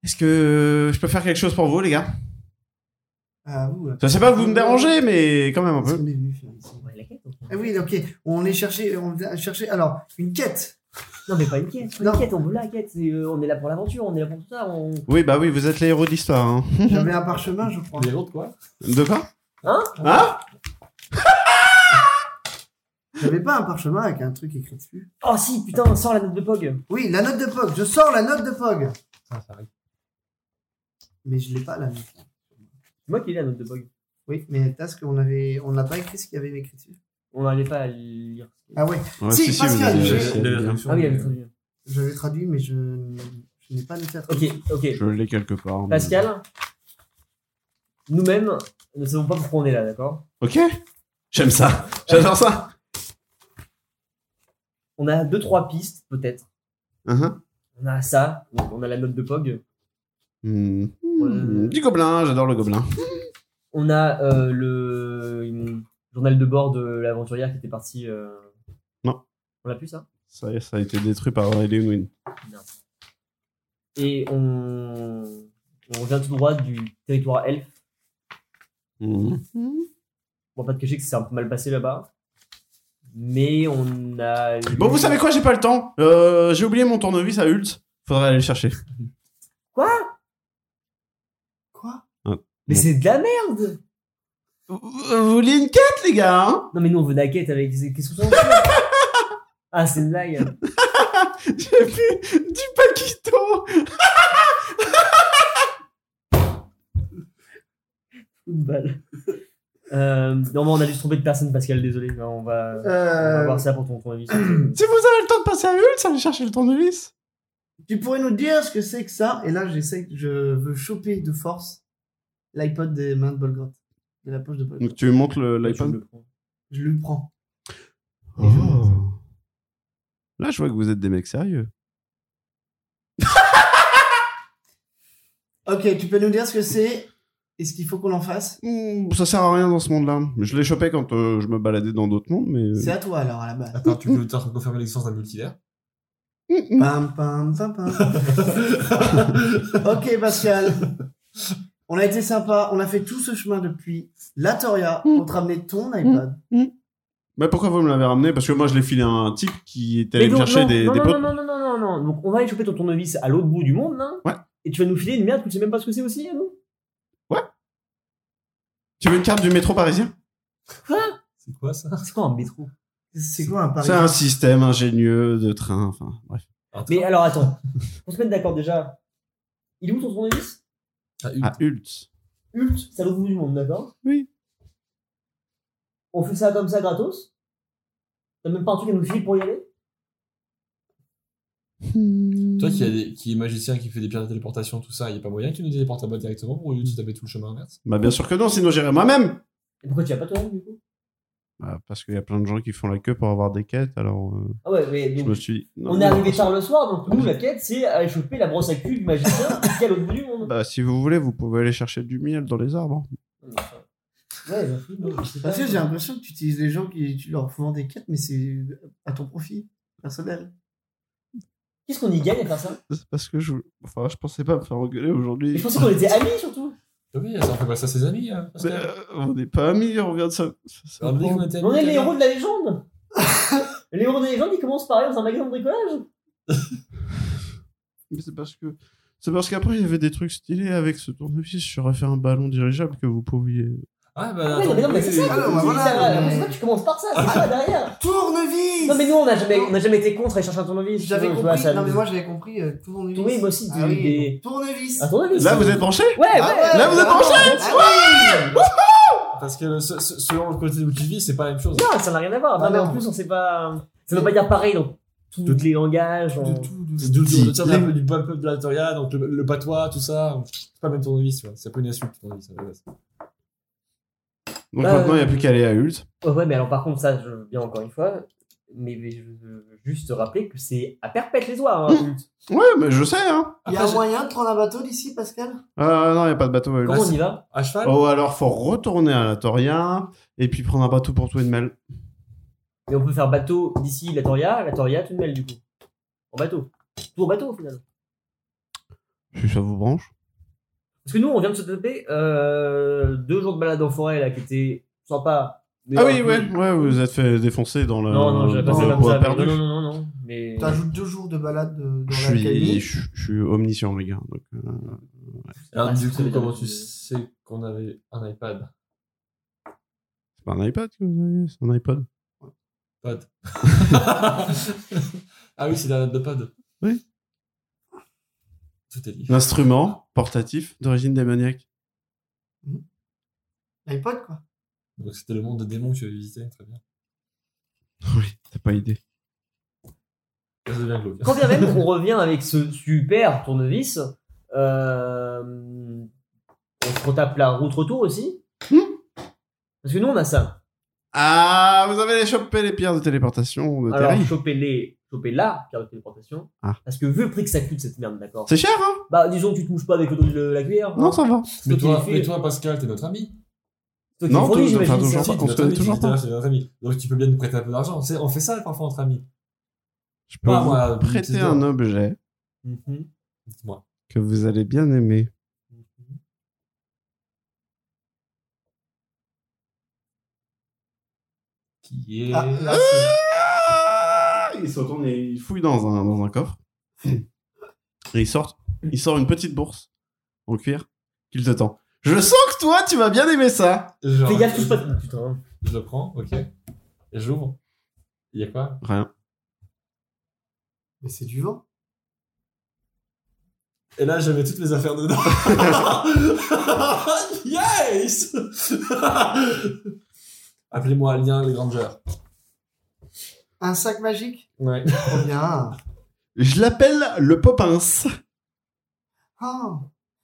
S1: Est-ce que je peux faire quelque chose pour vous, les gars
S4: Ah, vous.
S1: Je sais pas que vous me dérangez, mais quand même un
S4: Qu'est-ce
S1: peu.
S4: qu'on est venu faire ici
S2: On va la quête, hein. enfin.
S4: Ah oui, ok. On est cherché, on a cherché. Alors, une quête.
S2: Non, mais pas une quête. pas
S4: Non.
S2: Une quête, on veut la quête. c'est, euh, on est là pour l'aventure, on est là pour tout ça. On...
S1: Oui, bah oui, vous êtes les héros de l'histoire. hein.
S4: J'avais un parchemin, je crois.
S3: Les autres, quoi
S1: De quoi
S2: Hein
S1: Hein
S4: J'avais pas un parchemin avec un truc écrit dessus.
S2: Oh si, putain, sors la note de Pog.
S4: Oui, la note de Pog. Je sors la note de Pog.
S3: Ah, ça arrive.
S4: Mais je l'ai pas la note.
S2: C'est moi qui ai la note de Pog.
S4: Oui, mais parce qu'on avait, on n'a pas écrit ce qu'il y avait écrit dessus.
S2: On n'allait pas à lire.
S4: Ah ouais.
S1: Ouais,
S4: Si, Pascal,
S1: avez-
S4: j'ai-
S1: vous avez bien.
S2: Ah oui, elle est traduite.
S4: J'avais traduit, mais je, je n'ai pas noté à
S2: Ok,
S4: traduire.
S2: ok.
S1: Je l'ai quelque part. mais-
S2: Pascal, nous-mêmes ne savons pas pourquoi on est là, d'accord
S1: Ok J'aime ça. J'adore ça.
S2: On a deux, trois pistes, peut-être.
S1: Hein,
S2: On a ça, donc on a la note de Pog.
S1: hein. Hmm. Du gobelin, j'adore le gobelin.
S2: On a euh, le une- journal de bord de l'aventurière qui était parti. euh,
S1: Non.
S2: On l'a plus, ça
S1: Ça, y est, ça a été détruit par Alien Wynne.
S2: Et on... on revient tout droit du territoire elfe.
S1: Mhm.
S2: On va pas te cacher que c'est un peu mal passé là-bas. Mais on a.
S1: Bon, vous savez quoi, j'ai pas le temps. Euh, j'ai oublié mon tournevis à Hult. Faudrait aller le chercher.
S4: Quoi
S2: Mais c'est de la merde
S1: Vous, vous voulez une quête, les gars hein
S2: Non, mais nous on veut de la quête avec. Qu'est-ce qu'on s'en fout Ah, c'est une blague
S1: J'ai plus du paquito.
S2: Coup de balle. Euh, non, mais on a dû se tromper de personne, Pascal, désolé. Non, on va, on va
S4: Euh,
S2: voir ça pour ton tournevis.
S1: Si vous avez le temps de passer à Hult, allez chercher le tournevis.
S4: tu pourrais nous dire ce que c'est que ça Et là, j'essaie, je veux choper de force l'iPod des mains de Bolgrot, de la poche de Bolgrot.
S1: Donc, tu lui montres le-
S2: Je
S1: l'iPhone
S2: le prends.
S4: Je le prends.
S1: Oh. Là, je vois que vous êtes des mecs sérieux.
S4: Ok, tu peux nous dire ce que c'est et ce qu'il faut qu'on en fasse
S1: Hmm, Ça sert à rien dans ce monde-là. Je l'ai chopé quand euh, je me baladais dans d'autres mondes, mais. euh,
S4: C'est à toi alors à la base.
S3: Attends, tu peux t'as confirmer l'existence d'un multivers
S1: Mhm.
S4: Pam, pam, pam, pam. ok, Pascal. On a été sympa. On a fait tout ce chemin depuis la Toria pour
S2: Mm.
S4: te ramener ton iPod.
S1: Mais pourquoi vous me l'avez ramené Parce que moi, je l'ai filé à un type qui était
S2: Mais
S1: allé me
S2: donc,
S1: chercher
S2: non,
S1: des,
S2: non,
S1: des
S2: non,
S1: potes.
S2: non, non, non, non, non, Donc, on va aller choper ton tournevis à l'autre bout du monde, là.
S1: Ouais.
S2: Et tu vas nous filer une merde que tu sais même pas ce que c'est aussi, non
S1: Tu veux une carte du métro parisien
S3: C'est quoi ça
S2: C'est quoi un métro
S4: C'est quoi un pari
S1: C'est un système ingénieux de train. Enfin, bref.
S2: Mais alors, attends. On se met d'accord déjà. Il est où ton tournevis
S3: Ah, une-
S1: À Hult.
S2: Ult, c'est à l'autre bout du monde, d'accord
S1: Oui.
S2: On fait ça comme ça gratos T'as même pas un truc à nous filer pour y aller
S3: Toi qui, a des- qui est magicien, qui fait des pierres de téléportation, tout ça, il n'y a pas moyen que tu nous téléportes là-bas directement pour lui taper tout le chemin inverse
S1: Bah, bien sûr que non, sinon j'irai moi-même.
S2: Et pourquoi tu vas pas toi-même, du coup
S1: Bah, parce qu'il y a plein de gens qui font la queue pour avoir des quêtes, alors euh,
S2: Ah ouais, mais
S1: je
S2: donc,
S1: me suis dit. non,
S2: on est
S1: non,
S2: arrivé
S1: parce-
S2: tard le soir, donc nous, la quête, c'est aller choper la brosse à cul du magicien qui est à l'autre bout du monde.
S1: Bah, si vous voulez, vous pouvez aller chercher du miel dans les arbres. hein.
S2: Non, mais enfin,
S1: Bah.
S2: Ouais, j'en fous, non, je sais pas.
S4: Parce que j'ai l'impression que tu utilises les gens qui tu leur font des quêtes, mais c'est à ton profit personnel.
S2: Qu'est-ce qu'on y gagne à faire ça
S1: C'est parce que je. Enfin, je pensais pas me faire engueuler
S2: Mais
S1: aujourd'hui.
S2: Je pensais qu'on était amis surtout.
S3: Oui, ça on fait pas ça à ses amis, hein,
S1: Mais,
S3: Pascal.
S1: euh, on n'est pas amis, on vient de ça. ça- ça-
S3: euh, On a dit qu'on était amis.
S2: On est les
S3: tout à
S2: héros de la légende. les héros de la légende, ils commencent par aller dans un magasin de bricolage.
S1: Mais c'est parce que. C'est parce qu'après, il y avait des trucs stylés avec ce tournevis. Je refait un ballon dirigeable que vous pouviez.
S3: l'heure. Ah, bah,
S2: Ouais,
S3: attends,
S2: mais non, mais c'est ça,
S3: oui, oui,
S2: tu-
S4: alors, bah,
S2: tu-
S4: voilà,
S2: ça va,
S4: mais-
S2: c'est toi, tu commences par ça, c'est pas derrière.
S4: Tournevis
S2: Non, mais nous, on n'a jamais, on a jamais été contre aller chercher un tournevis.
S4: J'avais
S2: tu vois,
S4: compris.
S2: ça-
S4: Non, mais moi, j'avais compris. euh, Tournevis.
S2: Oui, moi aussi,
S4: Ah
S2: des-
S4: oui,
S2: des-
S4: donc, Tournevis.
S2: Un tournevis.
S1: Là, vous êtes penché
S2: Ouais, ouais.
S4: Ah
S1: ouais. Là, vous êtes
S4: Ah,
S1: branchés.
S4: ouais. Ah, ouais.
S3: Parce que le- ce- ce- selon le côté où tu vis, c'est pas la même chose. hein.
S2: Non, ça n'a rien à voir.
S4: Ah
S2: non, mais en
S4: non.
S2: plus, on sait pas. Ça ne veut pas dire pareil dans tous
S3: De-
S2: les langages.
S3: De
S2: on-
S3: tout, de
S1: C'est
S3: tout.
S1: dit.
S3: Le un peu du bon peuple de la Toria, donc le, le patois, tout ça. C'est pas le même tournevis, tu vois. C'est pas une insulte, tournevis. ça, ouais.
S1: Donc
S2: Euh,
S1: maintenant, il n'y a plus qu'à aller à Hult.
S2: Ouais, ouais, mais alors par contre, ça, je veux bien encore une fois. Mais mais je veux juste rappeler que c'est à perpète les oies. hein.
S1: Ouais, mais je sais, hein.
S4: Il y a
S3: Après, j'ai-
S4: moyen de prendre un bateau d'ici, Pascal
S1: Euh, non, il n'y a pas de bateau à Hult.
S2: Comment on y va
S3: À cheval
S1: Oh, alors, faut retourner à la Toria et puis prendre un bateau pour Twinmel.
S2: Et on peut faire bateau d'ici la Toria, la Toria, Tunnel du coup. En bateau. Tout en bateau au final.
S1: Si ça vous branche.
S2: Parce que nous, on vient de se taper euh, deux jours de balade en forêt là qui étaient sympas. mais
S1: Ah
S2: un
S1: oui,
S2: peu-
S1: ouais, ouais, vous vous êtes fait défoncer dans le.
S2: Non, non, j'avais pas
S3: Euh,
S1: dans
S2: fait
S1: le
S2: comme
S1: bois
S2: ça. mais
S1: perdu.
S2: Non, non, non, non, non. Mais.
S4: T'ajoutes deux jours de balade euh, dans
S1: Je
S4: la
S1: suis,
S4: Californie.
S1: je, je suis omniscient, les gars. Donc, euh,
S3: Alors,
S2: Ah,
S3: du
S2: c'est
S3: coup,
S2: bien.
S3: comment tu sais qu'on avait un iPad
S1: c'est pas un iPad que vous avez, c'est un iPod.
S3: Pod. ah oui, c'est la note de pod.
S1: Oui.
S3: Tout est dit.
S1: L'instrument portatif d'origine démoniaque.
S4: L'iPod, quoi.
S3: Donc, c'était le monde de démons que tu avais visité. Très bien.
S1: Oui, t'as pas idée.
S3: Ça devient glauque.
S2: Quand bien même on revient avec ce super tournevis, euh, on se retape la route retour aussi.
S1: Hmm
S2: Parce que nous, on a ça.
S1: Ah, vous avez les chopé les pierres de téléportation de
S2: Alors,
S1: Terry.
S2: choper, les, choper la carte de téléportation.
S1: Ah.
S2: Parce que vu le prix que ça coûte cette merde, d'accord
S1: C'est cher, hein
S2: Bah, disons que tu te mouches pas avec le dos de la cuillère. hein.
S1: Non, ça va.
S2: C'est
S3: Mais toi,
S2: qui les
S3: mais
S2: fait.
S3: toi, Pascal, t'es notre ami.
S2: Toi qui
S1: Non,
S2: les fournis,
S1: toi, enfin,
S2: j'imagine,
S1: toujours
S2: ça.
S1: pas.
S3: t'es
S1: on se
S3: notre
S1: connaît
S3: ami,
S1: toujours
S3: tu
S1: pas.
S3: dis, t'es notre ami. Donc, tu peux bien nous prêter un peu d'argent. C'est- On fait ça parfois entre amis.
S1: Je peux
S3: Ah,
S1: vous
S3: moi, petite
S1: Bah, prêter
S3: dent.
S1: un objet
S2: Mhm.
S3: Dites-moi.
S1: que vous allez bien aimer.
S3: Qui est.
S4: Ah, là, c'est-
S1: Ah il se retourne et il fouille dans un, dans un coffre. Et il sort, il sort une petite bourse en cuir qu'il te tend. Je sens que toi, tu vas bien aimer ça.
S3: Je-
S2: Fais gaffe, touche pas. Putain.
S3: Je le prends, ok. Et j'ouvre. Il y a quoi
S1: Rien.
S4: Mais c'est du vent.
S3: Et là, j'avais toutes mes affaires dedans. yes Appelez-moi Alien les Granger.
S4: Un sac magique
S3: Ouais.
S4: Trop bien.
S1: Je l'appelle le Popins.
S4: Ah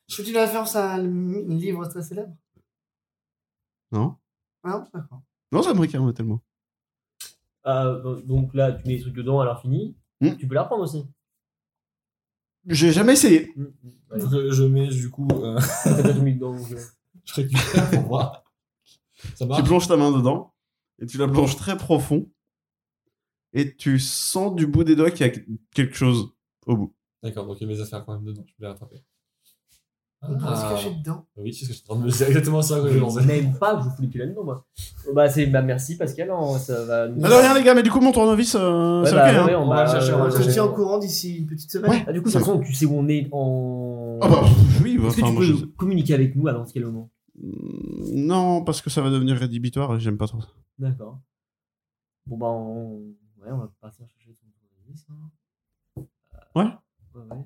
S4: C'est une référence à un li- livre très célèbre
S1: Non.
S4: Non, d'accord.
S1: Non, ça me regarde tellement.
S2: Euh, donc là, tu mets les trucs dedans à l'infini.
S1: Mhm.
S2: Tu peux la reprendre aussi.
S1: J'ai jamais essayé.
S2: Mhm. Ouais.
S3: Donc, euh, je mets du coup. euh,
S2: T'as pas tout mis dedans. donc, euh.
S3: je récupère pour voir. Ça marche
S1: Tu plonges ta main dedans et tu la plonges très profond et tu sens du bout des doigts qu'il y a quelque chose au bout.
S3: D'accord, donc il y a mes affaires quand même dedans. Je peux les rattraper.
S1: Ah.
S3: Ah,
S4: On pourrait se cacher dedans.
S3: Oui, c'est ce que je suis en train de me dire. Exactement ça que
S2: Je
S3: je
S2: sais
S3: pensais.
S2: même pas que je fous les là dedans, moi. Bah, c'est, bah, merci Pascal, hein, ça va nous.
S1: Alors rien Ah les gars, mais du coup mon tournevis, euh,
S2: Ouais,
S1: c'est
S2: bah,
S1: ok. hein.
S2: ouais, on,
S3: On va le chercher, on va le
S4: Je te
S3: chercher.
S4: tiens au courant d'ici une petite semaine.
S1: Ouais.
S2: Ah, du coup, de toute façon, tu sais où on est en.
S1: Ah bah, pff, oui, bah,
S2: Est-ce que
S1: enfin,
S2: tu
S1: moi,
S2: peux
S1: je-
S2: nous communiquer avec nous à n'importe quel moment
S1: Mm, Non, parce que ça va devenir rédhibitoire et j'aime pas trop ça.
S2: D'accord. Bon, bah, on. Ouais, on va partir chercher ton tournevis. hein. Euh,
S1: Ouais.
S2: Ouais, ouais.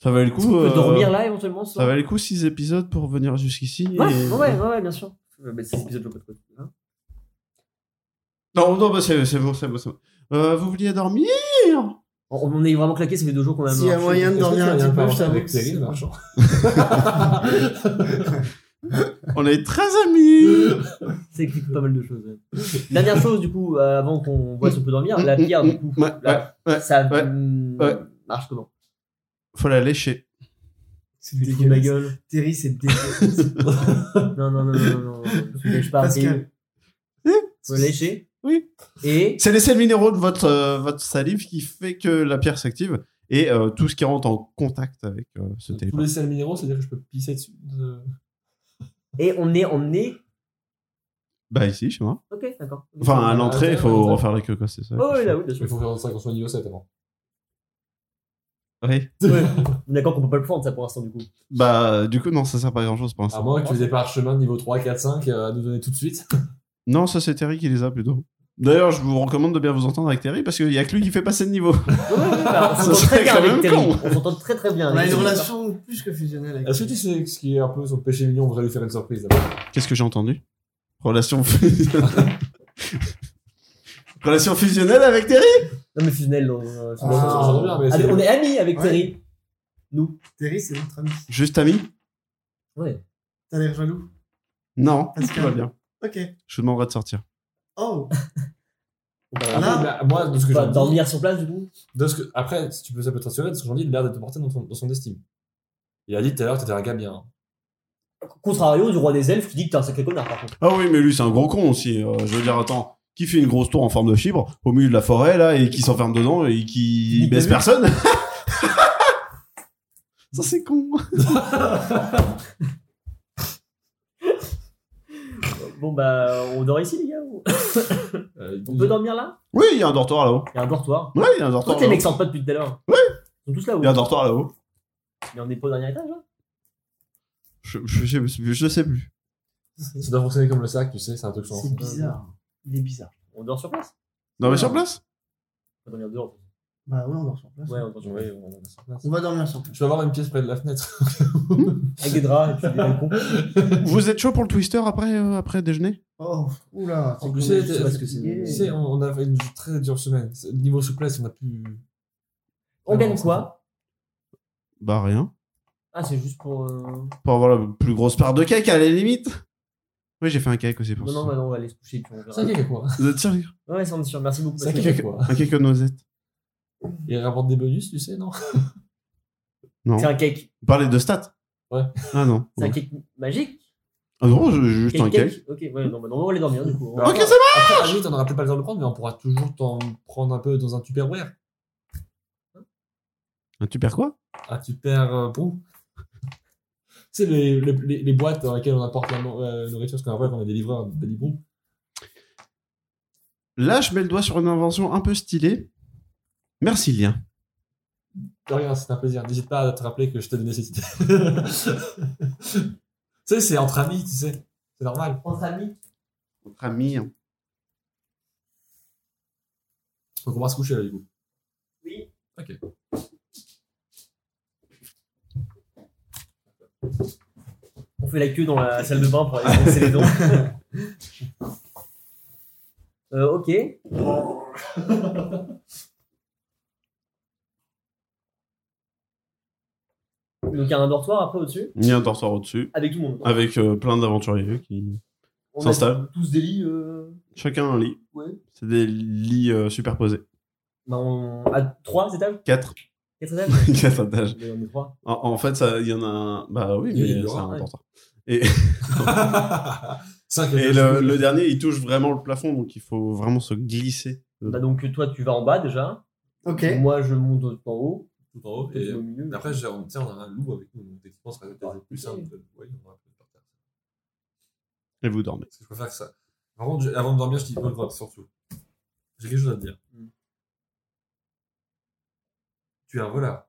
S1: Ça valait le
S2: Est-ce
S1: coup.
S2: qu'on peut
S1: euh,
S2: dormir là éventuellement ce
S1: Ça
S2: soir
S1: valait le coup 6 épisodes pour venir jusqu'ici. et-
S2: Ouais, ouais, ouais, ouais, bien sûr. Euh, Bah, c'est l'épisode de Côte Côte. hein.
S1: Non, non, bah, c'est c'est bon, c'est bon, c'est bon. Euh, vous vouliez dormir
S2: On, on est vraiment claqué, ça fait deux jours qu'on a
S4: S'il y a
S2: marché.
S4: moyen
S3: Est-ce
S4: de
S3: que
S4: dormir
S3: tu
S4: un
S3: viens
S4: petit
S3: pas
S4: peu, je
S3: avec hein.
S4: savais que
S3: Terry,
S4: c'est-
S3: le marchand
S1: On est très amis.
S2: Ça explique pas mal de choses. ouais. Dernière chose, du coup, euh, avant qu'on voit si on peut dormir, la pierre, du coup.
S1: Mm, Ouais, ouais.
S2: Là, ça
S1: ouais,
S2: hum,
S1: ouais.
S2: marche comment
S1: Faut la lécher.
S4: C'est
S2: Tu te fous de ma
S4: dégueulasse.
S2: gueule
S4: Terry, c'est dégueulasse.
S2: Non, non, non, non, non, non. Tu lèches pas.
S4: Pascal.
S2: t'es- Faut lécher
S1: Oui.
S2: Et
S1: C'est les sels minéraux de votre, euh, votre salive qui fait que la pierre s'active et euh, tout ce qui rentre en contact avec euh, ce
S3: Tous
S1: téléphone.
S3: les sels minéraux, c'est-à-dire que je peux pisser dessus. euh,
S2: et on est emmené.
S1: Bah ici, chez moi.
S2: Ok, d'accord.
S1: Enfin, à l'entrée, il
S3: Ah,
S1: faut
S3: ouais.
S1: refaire la queue, quoi, c'est ça.
S2: Oh, oui, là, oui, bien
S3: Il
S2: sûr.
S3: faut faire ça qu'on soit niveau 7 avant.
S1: Oui.
S2: On est d'accord qu'on peut pas le prendre, ça, pour l'instant, du coup.
S1: Bah, du coup, non, ça sert pas à grand chose pour
S3: À
S2: Ah.
S1: l'instant.
S3: moins que tu faisais par chemin niveau 3, 4, 5 euh, à nous donner tout de suite.
S1: non, ça, c'est Terry qui les a plutôt. D'ailleurs, je vous recommande de bien vous entendre avec Terry parce qu'il y a que lui qui fait passer de niveau.
S2: Enfin, bah, on
S1: Ça
S2: s'entend
S1: serait
S2: très bien
S1: quand
S2: avec
S1: même
S2: Terry.
S1: con.
S2: On s'entend très très bien.
S4: On a
S2: avec
S4: une
S2: Terry.
S4: relation plus que fusionnelle avec
S3: Est-ce que tu sais ce qui est un peu son péché mignon On devrait lui faire une surprise d'abord.
S1: Qu'est-ce que j'ai entendu Relation fusionnelle. Relation fusionnelle avec Terry
S2: Non, mais fusionnel, on, euh,
S4: Ah.
S3: Bon, ça, j'entends bien, mais
S2: Ah,
S3: c'est-
S2: mais on est amis avec
S4: Ouais.
S2: Terry.
S4: Terry, c'est notre ami.
S1: Juste ami
S2: Ouais.
S4: T'as l'air jaloux
S1: Non,
S4: Parce que-
S1: tout va bien.
S4: Ok.
S1: Je te demanderai de sortir.
S4: Oh
S3: Après,
S4: Là,
S3: bah, moi, de ce
S2: On
S3: que
S2: va
S3: j'en dis,
S2: dormir sur place, du coup.
S3: de ce que- après, si tu peux, ça peut te rassurer, de ce que j'en dis, il a l'air d'être porté dans son, dans son estime. Il a dit tout à l'heure que t'étais un gars bien.
S2: Contrario du roi des elfes qui dit que t'es un sacré connard, par contre.
S1: Ah oui, mais lui, c'est un gros con aussi. Euh, je veux dire, attends, qui fait une grosse tour en forme de fibre au milieu de la forêt, là, et qui s'enferme dedans et qui
S2: Nique
S1: baisse
S2: la vue.
S1: personne Ça, c'est con.
S2: Bon, bah, on dort ici, les gars. ou-
S3: Euh,
S2: On peut dormir là
S1: Oui, il y a un dortoir là-haut.
S2: Il y a un dortoir.
S1: Ouais, il y a un
S2: Pourquoi
S1: dortoir
S2: tes mecs
S1: là-haut.
S2: sortent pas depuis tout à l'heure
S1: Ouais.
S2: Ils sont tous là-haut.
S1: Il y a un dortoir là-haut.
S2: Mais on est pas au dernier étage, hein. là
S1: Je, je, je- je sais plus.
S3: ça doit fonctionner comme le sac, tu sais, c'est un truc sans.
S4: c'est bizarre. Il est bizarre.
S2: On dort sur place
S1: Non, mais sur place
S2: On va dormir dehors.
S4: Bah ouais, on dort sur place.
S2: Ouais, on dort sur place.
S3: Ouais, on a ça.
S4: On va dormir sur place.
S3: Je vais avoir une pièce près de la fenêtre.
S2: Avec des draps et puis des balcons.
S1: Vous êtes chaud pour le twister après, euh, après déjeuner
S4: Oh, oula.
S3: En plus,
S4: c'est qu'on est-
S3: c'est-
S4: je sais pas
S3: c'est-
S4: ce que c'est.
S3: Tu sais, on, on avait une très dure semaine. C'est- Niveau souplesse, on a pu.
S2: On gagne
S3: Ah,
S2: quoi
S1: Bah, rien.
S2: Ah, c'est juste pour. euh,
S1: Pour avoir la plus grosse part de cake à la limite. Oui, j'ai fait un cake aussi pour
S2: Non,
S1: ça.
S2: non, bah non, on va aller se coucher. Puis on verra.
S3: Ça, c'est quoi
S1: Vous êtes sérieux
S2: Ouais, ça, on est sûr. Merci beaucoup.
S3: Ça,
S2: Pascal.
S3: c'est quoi
S1: Un cake aux noisettes.
S3: Il rapporte des bonus, tu sais, non
S1: Non.
S2: C'est un cake.
S1: Vous parlez de stats
S3: Ouais.
S1: Ah non.
S2: C'est un cake magique
S1: Ah non, je- juste un cake.
S2: Ok, ouais, non, bah non, on va aller dormir du coup.
S3: Bah,
S1: Ok, ça
S3: Après, à la limite, on n'aura peut-être pas le temps de le prendre, mais on pourra toujours t'en prendre un peu dans un tupperware.
S1: Un Ah, Tu perds quoi
S3: Un tupper euh, brou. Tu sais, les, les, les- les boîtes dans lesquelles on apporte la no- euh, nourriture, parce qu'en vrai, on a des livreurs, des livrous.
S1: Là, je mets le doigt sur une invention un peu stylée. Merci, Lien.
S3: De rien, c'est un plaisir. N'hésite pas à te rappeler que je t'ai donné cette idée. tu sais, c'est entre amis, tu sais. C'est normal.
S2: Entre amis.
S1: Votre ami. hein.
S3: Donc on va se coucher là, du coup.
S2: Oui.
S3: Ok.
S2: On fait la queue dans la salle de bain pour aller se brosser les dents. euh, ok. Donc il y a un dortoir après au-dessus,
S1: Il y a un dortoir au-dessus,
S2: avec tout le monde.
S1: avec euh, plein d'aventuriers qui.
S2: On a
S1: s'installe.
S2: Tous des lits. euh,
S1: Chacun un lit.
S2: Ouais.
S1: C'est des lits euh, superposés.
S2: bah, on- à trois étages
S1: Quatre.
S2: Quatre étages
S1: Quatre étages.
S2: On est trois.
S1: En, en fait, ça- il y en a un. Bah oui,
S3: Il y a
S1: mais
S3: du
S1: c'est un
S3: dortoir,
S1: dortoir.
S3: Cinq
S1: Et
S3: étages.
S1: le, le dernier, il touche vraiment le plafond, donc il faut vraiment se glisser.
S2: Bah, donc toi tu vas en bas déjà.
S4: Ok.
S2: Moi je monte en haut.
S3: tout en haut.
S2: toi, tu
S3: Et euh,
S2: vas au milieu.
S3: après, j'ai- on, tu sais, on a un loup avec nous, donc techniquement, ça va être
S2: Ah,
S3: plus simple.
S2: ok.
S3: de- Oui, on va peut-être faire ça.
S1: Et vous dormez.
S3: Parce que je préfère que ça. Par contre, j'ai- avant de dormir, je dis Paul Grott, surtout. J'ai quelque chose à te dire.
S2: Mm.
S3: Tu es un voleur.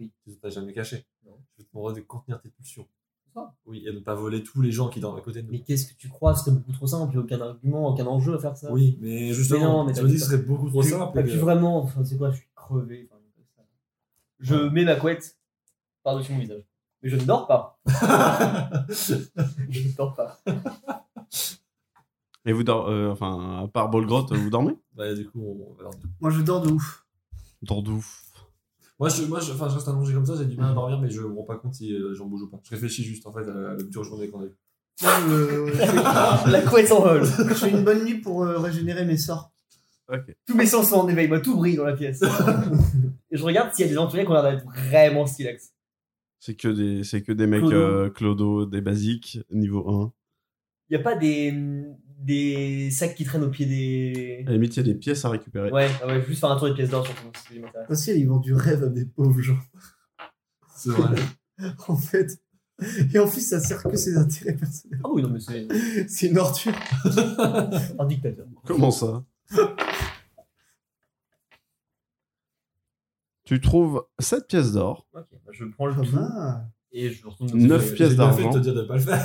S2: Oui.
S3: Tu ne t'as jamais caché.
S2: Non.
S3: Je vais te demander de contenir tes pulsions.
S2: Ça.
S3: Oui, et de ne pas voler tous les gens qui dorment à côté de nous.
S2: Mais qu'est-ce que tu crois Ce serait beaucoup trop simple, il n'y a aucun argument, aucun enjeu à faire ça.
S3: Oui, mais justement,
S2: Mais non, mais
S3: tu
S2: t'inquiète
S3: me dis que ce serait beaucoup trop
S2: Puis-
S3: simple. euh.
S2: ah, puis
S3: mais-
S2: vraiment, enfin, c'est quoi, je suis crevé. enfin, comme ça. Je mets ma couette par-dessus mon visage. Mais je ne dors pas. je ne dors pas.
S1: Et vous dormez. enfin, à part Bolgrotte, vous dormez
S3: Bah, du coup, on va dormir.
S4: Moi, je dors de ouf.
S1: Dordouf.
S3: Moi, je, moi je, enfin, je reste allongé comme ça, j'ai du mal à
S2: Hmm.
S3: dormir, mais je me rends pas compte si euh, j'en bouge ou pas. Je réfléchis juste en fait à la dure journée qu'on a eue.
S4: Moi, je, je fais-
S2: La couette s'envole.
S4: je fais une bonne nuit pour euh, régénérer mes sorts.
S1: Ok.
S2: Tous mes sens sont en éveil, moi tout brille dans la pièce. Et je regarde s'il y a des aventuriers qui ont l'air d'être vraiment stylax.
S1: C'est que des, c'est que des mecs
S2: Clodo.
S1: euh, Clodo, des basiques, niveau 1.
S2: Il n'y a pas des, des sacs qui traînent au pied des.
S1: À la limite, il y a des pièces à récupérer.
S2: Ouais, ah ouais, juste faire un tour des pièces d'or surtout, c'est ce qui m'intéresse.
S4: Parce qu'ils Ah, vendent du rêve à des pauvres gens.
S3: C'est vrai.
S4: En fait. Et en plus, ça sert que ses intérêts personnels.
S2: Ah oui, non, mais c'est
S4: C'est une ordure.
S2: un dictateur.
S1: Comment ça Tu trouves 7 pièces d'or.
S2: Ok, bah, je prends le
S4: Pas
S2: tout
S4: mal.
S2: et je retourne.
S1: Neuf
S2: dans le-
S1: pièces
S3: J'ai bien fait de
S1: d'argent.
S3: te dire de pas le faire.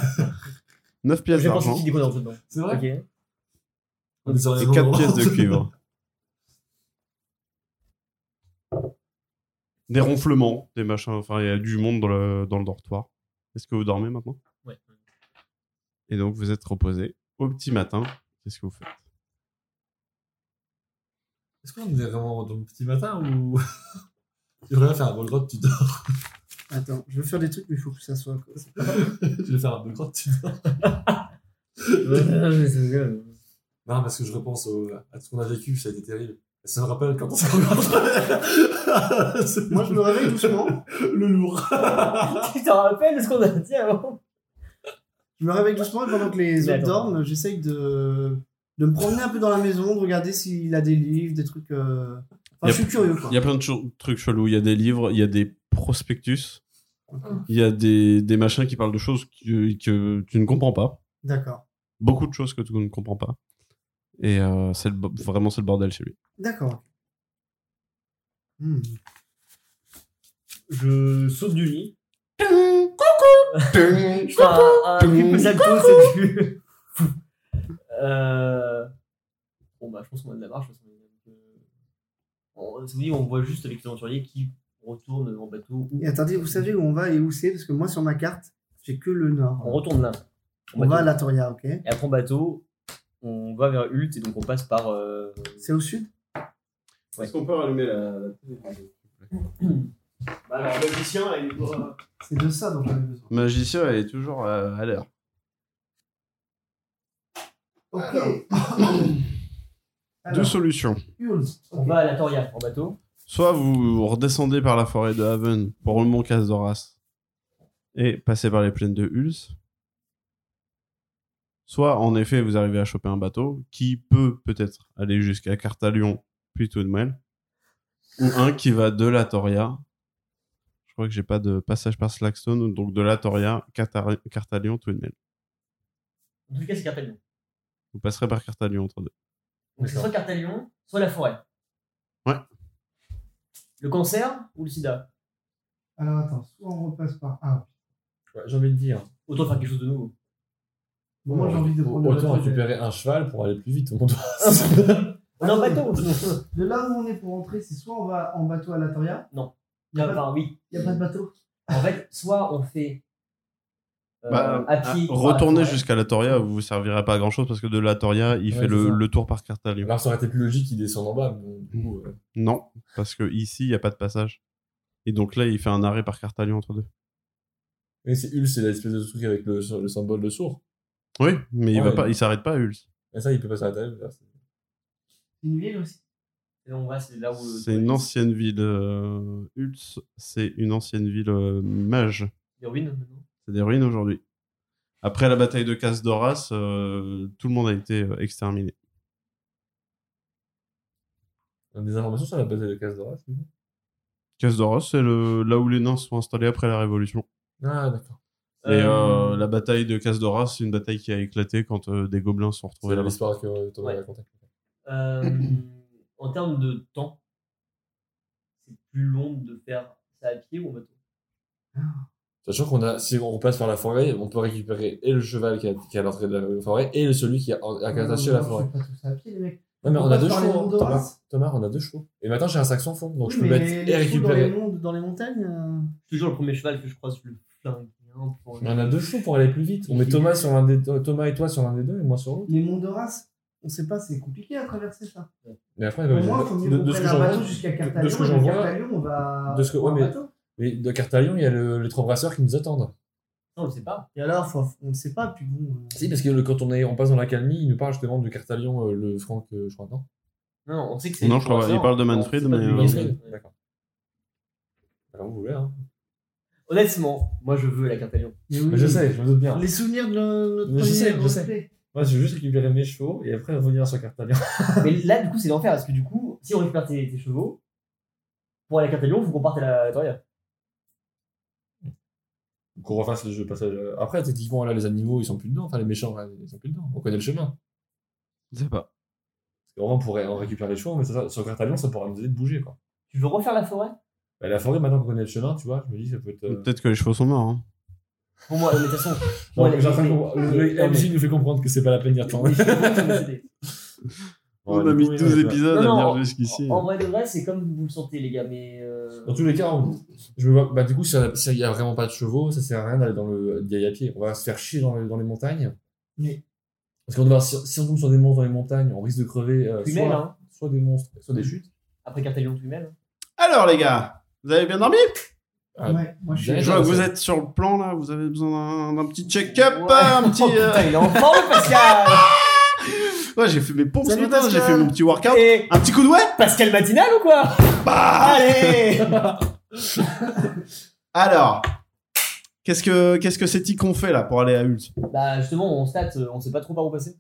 S1: 9 pièces
S2: J'ai pensé
S1: d'argent
S2: qu'il déconne en fait. non.
S3: C'est vrai
S2: Ok.
S3: On est sur les
S1: et
S3: bons
S1: 4
S3: moments.
S1: pièces de cuivre. Des ronflements, des machins. Enfin, il y a du monde dans le, dans le dortoir. Est-ce que vous dormez maintenant
S2: Ouais.
S1: Et donc, vous êtes reposé. Au petit matin, qu'est-ce que vous faites
S3: Est-ce qu'on est vraiment dans le petit matin ou. Je vais faire un bol grotte, tu dors.
S4: Attends, je veux faire des trucs, mais il faut que ça soit. quoi.
S3: Je vais faire un bol grotte, tu dors. Non, parce que je repense au- à ce qu'on a vécu, ça a été terrible. Ça me rappelle quand on s'est rencontrés.
S4: Moi, je me réveille doucement.
S3: Le lourd.
S2: Tu t'en rappelles de ce qu'on a dit avant
S4: Je me réveille doucement et pendant que les
S2: Mais
S4: autres
S2: attends.
S4: dorment, j'essaye de... de me promener un peu dans la maison, de regarder s'il a des livres, des trucs. euh, Enfin,
S1: Y a-
S4: je suis curieux, quoi.
S1: Il y a plein de cho- trucs chelous. Il y a des livres, il y a des prospectus, il y a des, des machins qui parlent de choses que, que tu ne comprends pas.
S4: D'accord.
S1: Beaucoup de choses que tu ne comprends pas. Et euh, c'est le bo- vraiment, c'est le bordel chez lui.
S4: D'accord. Hmm.
S2: Je saute du lit. Je fais un, un triple salto, c'est du. euh... Bon, bah, je pense qu'on a de la marche. Parce qu'on est un peu- on, c'est dit, on voit juste l'excellent surlier qui retourne en bateau. ou-
S4: Et attendez, vous savez où on va et où c'est Parce que moi, sur ma carte, j'ai que le nord.
S2: On retourne là. en
S4: On va
S2: bateau.
S4: à la Toria, ok
S2: Et après, en bateau, on va vers Hult et donc on passe par. euh,
S4: C'est au sud
S2: Ouais. Est-ce
S1: qu'on peut rallumer la.
S2: Bah, alors, le magicien, il doit-
S4: C'est de ça dont j'avais besoin.
S1: Magicien, elle est toujours euh, à l'heure.
S4: Ok.
S1: Deux
S4: Alors,
S1: solutions.
S4: Hulz.
S2: On va à la Toria en bateau.
S1: Soit vous redescendez par la forêt de Haven pour le mont Casdoras et passez par les plaines de Hulz. Soit, en effet, vous arrivez à choper un bateau qui peut peut-être aller jusqu'à Cartalion, puis Toudmel, ou un qui va de la Toria. Je crois que j'ai pas de passage par Slackstone, donc de la Toria, Catar- Cartalion, Toudmel.
S2: En tout cas, c'est Cartalion.
S1: Vous passerez par Cartalion entre deux.
S2: Donc, c'est
S3: D'accord.
S2: soit Cartalion, soit la forêt.
S1: Ouais.
S2: Le cancer ou le sida
S4: Alors, attends, soit on repasse par. Ah,
S3: J'ai envie de dire.
S2: Autant faire quelque chose de nouveau.
S4: bon, moi, j'ai envie de prendre le
S3: Autant
S4: bateau.
S3: récupérer un cheval pour aller plus vite. On doit-
S2: On est en bateau
S4: De là où on est pour rentrer, c'est soit on va en bateau à la Toria.
S2: Non, Enfin, oui.
S4: Il n'y a pas de bateau.
S2: En fait, soit on fait. euh,
S1: Bah,
S2: à pied. par la
S1: Retournez
S2: forêt.
S1: jusqu'à la Toria, vous vous servirez à pas grand chose parce que de la Toria, il
S3: Ouais,
S1: fait le,
S3: c'est ça.
S1: le tour par Cartalion.
S3: Alors, ça aurait été plus logique qu'il descende en bas. mais bon, du coup, euh,
S1: Non, parce que ici, il n'y a pas de passage. Et donc là, il fait un arrêt par Cartalion entre deux.
S3: Mais c'est Hul, c'est l'espèce de truc avec le, le symbole de sourd.
S1: Oui, mais il va
S3: Ouais.
S1: pas, il s'arrête pas à Hulz.
S3: Et ça, il peut passer à la table. là, c'est-
S4: C'est une ville aussi.
S2: Et on va, c'est
S3: Ah,
S2: là où. euh,
S1: C'est une ancienne ville. euh, Hulz, c'est une ancienne ville euh, mage.
S2: Des ruines maintenant.
S1: C'est des ruines aujourd'hui. Après la bataille de Casdoras, euh, tout le monde a été euh, exterminé.
S3: On a Des informations sur la bataille de Casdora, c'est bon
S1: Casdoras, c'est le- là où les nains se sont installés après la Révolution.
S3: Ah, d'accord.
S1: Et
S2: Euh,
S1: euh, la bataille de Casdoras, c'est une bataille qui a éclaté quand euh, des gobelins se sont
S3: C'est
S1: retrouvés là-bas.
S3: l'histoire que euh, Thomas
S2: Ouais.
S3: racontait.
S2: Euh, en termes de temps, c'est plus long de faire ça à pied ou en bateau
S3: Sachant qu'on a, si on passe par la forêt, on peut récupérer et le cheval qui est à, qui est à l'entrée de la forêt et celui qui est en- attaché à Ah, la
S4: Non,
S3: forêt.
S4: je fais pas tout ça à pied, les mecs.
S3: Non, mais
S4: On
S3: on a
S4: passe
S3: deux
S4: par les
S3: chevaux. hein.
S4: mondes d'Horace.
S3: Thomas, Thomas, on a deux chevaux. Et maintenant, j'ai un sac sans fond, donc je
S4: Oui,
S3: peux
S4: mais
S3: mettre
S4: les
S3: et
S4: chevaux Dans les,
S3: récupérer.
S4: mondes, dans les montagnes. euh,
S2: Toujours le premier cheval que je croise, je le flingue. hein, pour-
S3: Mais on a deux chevaux pour aller plus vite. On met Thomas, sur l'un des, Thomas et toi sur l'un des deux et moi sur l'autre.
S4: Les monts de race, on sait pas, c'est compliqué à traverser ça.
S3: Mais après,
S4: Au
S3: bah,
S4: moins,
S3: de-
S4: faut mieux
S3: de,
S4: qu'on
S3: de ce
S4: prenne
S3: que
S4: un
S3: j'en
S4: bateau
S3: vois-
S4: jusqu'à
S3: de,
S4: Cartalion.
S3: de ce que
S4: et
S3: j'en
S4: de
S3: vois.
S4: Cartalion, on va.
S3: de ce que-
S4: on va en
S3: ouais, mais-
S4: bateau.
S3: Mais de Cartalion, il y a le- les trois brasseurs qui nous attendent.
S2: Non, on le sait pas.
S4: Et alors, faut- on ne sait pas, puis bon. euh,
S3: Si, parce que le- quand on, est, on passe dans la calmie, il nous parle justement de Cartalion, euh, le Franck, euh, je crois, non
S2: Non, non, on sait que c'est.
S1: Non, je crois- il parle de
S2: On sait
S1: Manfred,
S2: pas
S1: mais,
S2: d'où
S1: euh,
S2: il vient.
S3: Manfred, D'accord. Alors, vous voulez, hein.
S2: Honnêtement, moi je veux la Cartalion.
S4: mais oui,
S3: Mais je sais, je me doute bien.
S4: Les souvenirs de no- notre
S3: Mais je sais,
S4: premier
S3: je sais.
S4: respect.
S3: Moi, je vais juste récupérer mes chevaux et après revenir sur Cartalion.
S2: mais là, du coup, c'est l'enfer parce que du coup, si on récupère tes, tes chevaux, pour aller à Cartalion, faut qu'on parte à la Toria.
S3: Qu'on refasse le jeu passage. euh, Après, techniquement, là, les animaux, ils sont plus dedans. Enfin, les méchants, là, ils sont plus dedans. On connaît le chemin.
S1: Je sais pas.
S3: Au moins, on pourrait en récupérer les chevaux, mais ça, ça- sur Cartalion, ça pourra nous aider de bouger, quoi.
S2: Tu veux refaire la forêt
S3: Bah, la forêt, maintenant qu'on connaît le chemin, tu vois, je me dis, ça peut être. euh,
S1: Peut-être que les chevaux sont morts. hein.
S2: Pour moi, mais de toute façon.
S3: bon,
S2: moi, les-
S3: j'ai en train de
S2: les-
S3: comprendre-
S2: les-
S3: le- le
S2: non, mais-
S3: MJ nous fait comprendre que c'est pas la peine d'y attendre.
S2: les chevaux sont décédés.
S1: On a mis 12 épisodes
S2: Non,
S1: à
S2: non,
S1: venir jusqu'ici.
S2: En vrai de vrai, c'est comme vous le sentez, les gars, mais. euh,
S3: Dans tous les cas, on- je me vois, bah, du coup, s'il si y a vraiment pas de chevaux, ça sert à rien d'aller dans le d'y aller à pied. On va se faire chier dans, les- dans les montagnes.
S2: Oui.
S3: Parce qu'on va, si, si on tombe sur des monstres dans les montagnes, on risque de crever euh,
S2: Plus
S3: soit,
S2: hein.
S3: soit des monstres, soit des chutes.
S2: Après Cartagena, plus même.
S1: Alors, les gars, vous avez bien dormi
S3: Ah,
S4: ouais, moi je suis.
S3: bien.
S1: Je vois que vous êtes sur le plan, là. Vous avez besoin d'un- d'un petit check-up,
S2: Ouais.
S1: un petit...
S2: Oh,
S1: euh,
S2: putain, il est en forme, le Pascal
S1: Ouais, j'ai fait mes pompes ce
S4: Salut,
S1: matin, j'ai
S4: Pascal.
S1: fait mon petit workout.
S2: Et
S1: Un petit coup de ouais
S2: Pascal matinal ou quoi
S1: Bah
S2: Allez
S1: Alors, qu'est-ce que qu'est-ce que c'est qu'on fait, là, pour aller à Hulz
S2: Bah, justement, on stat, euh, on sait pas trop par où passer.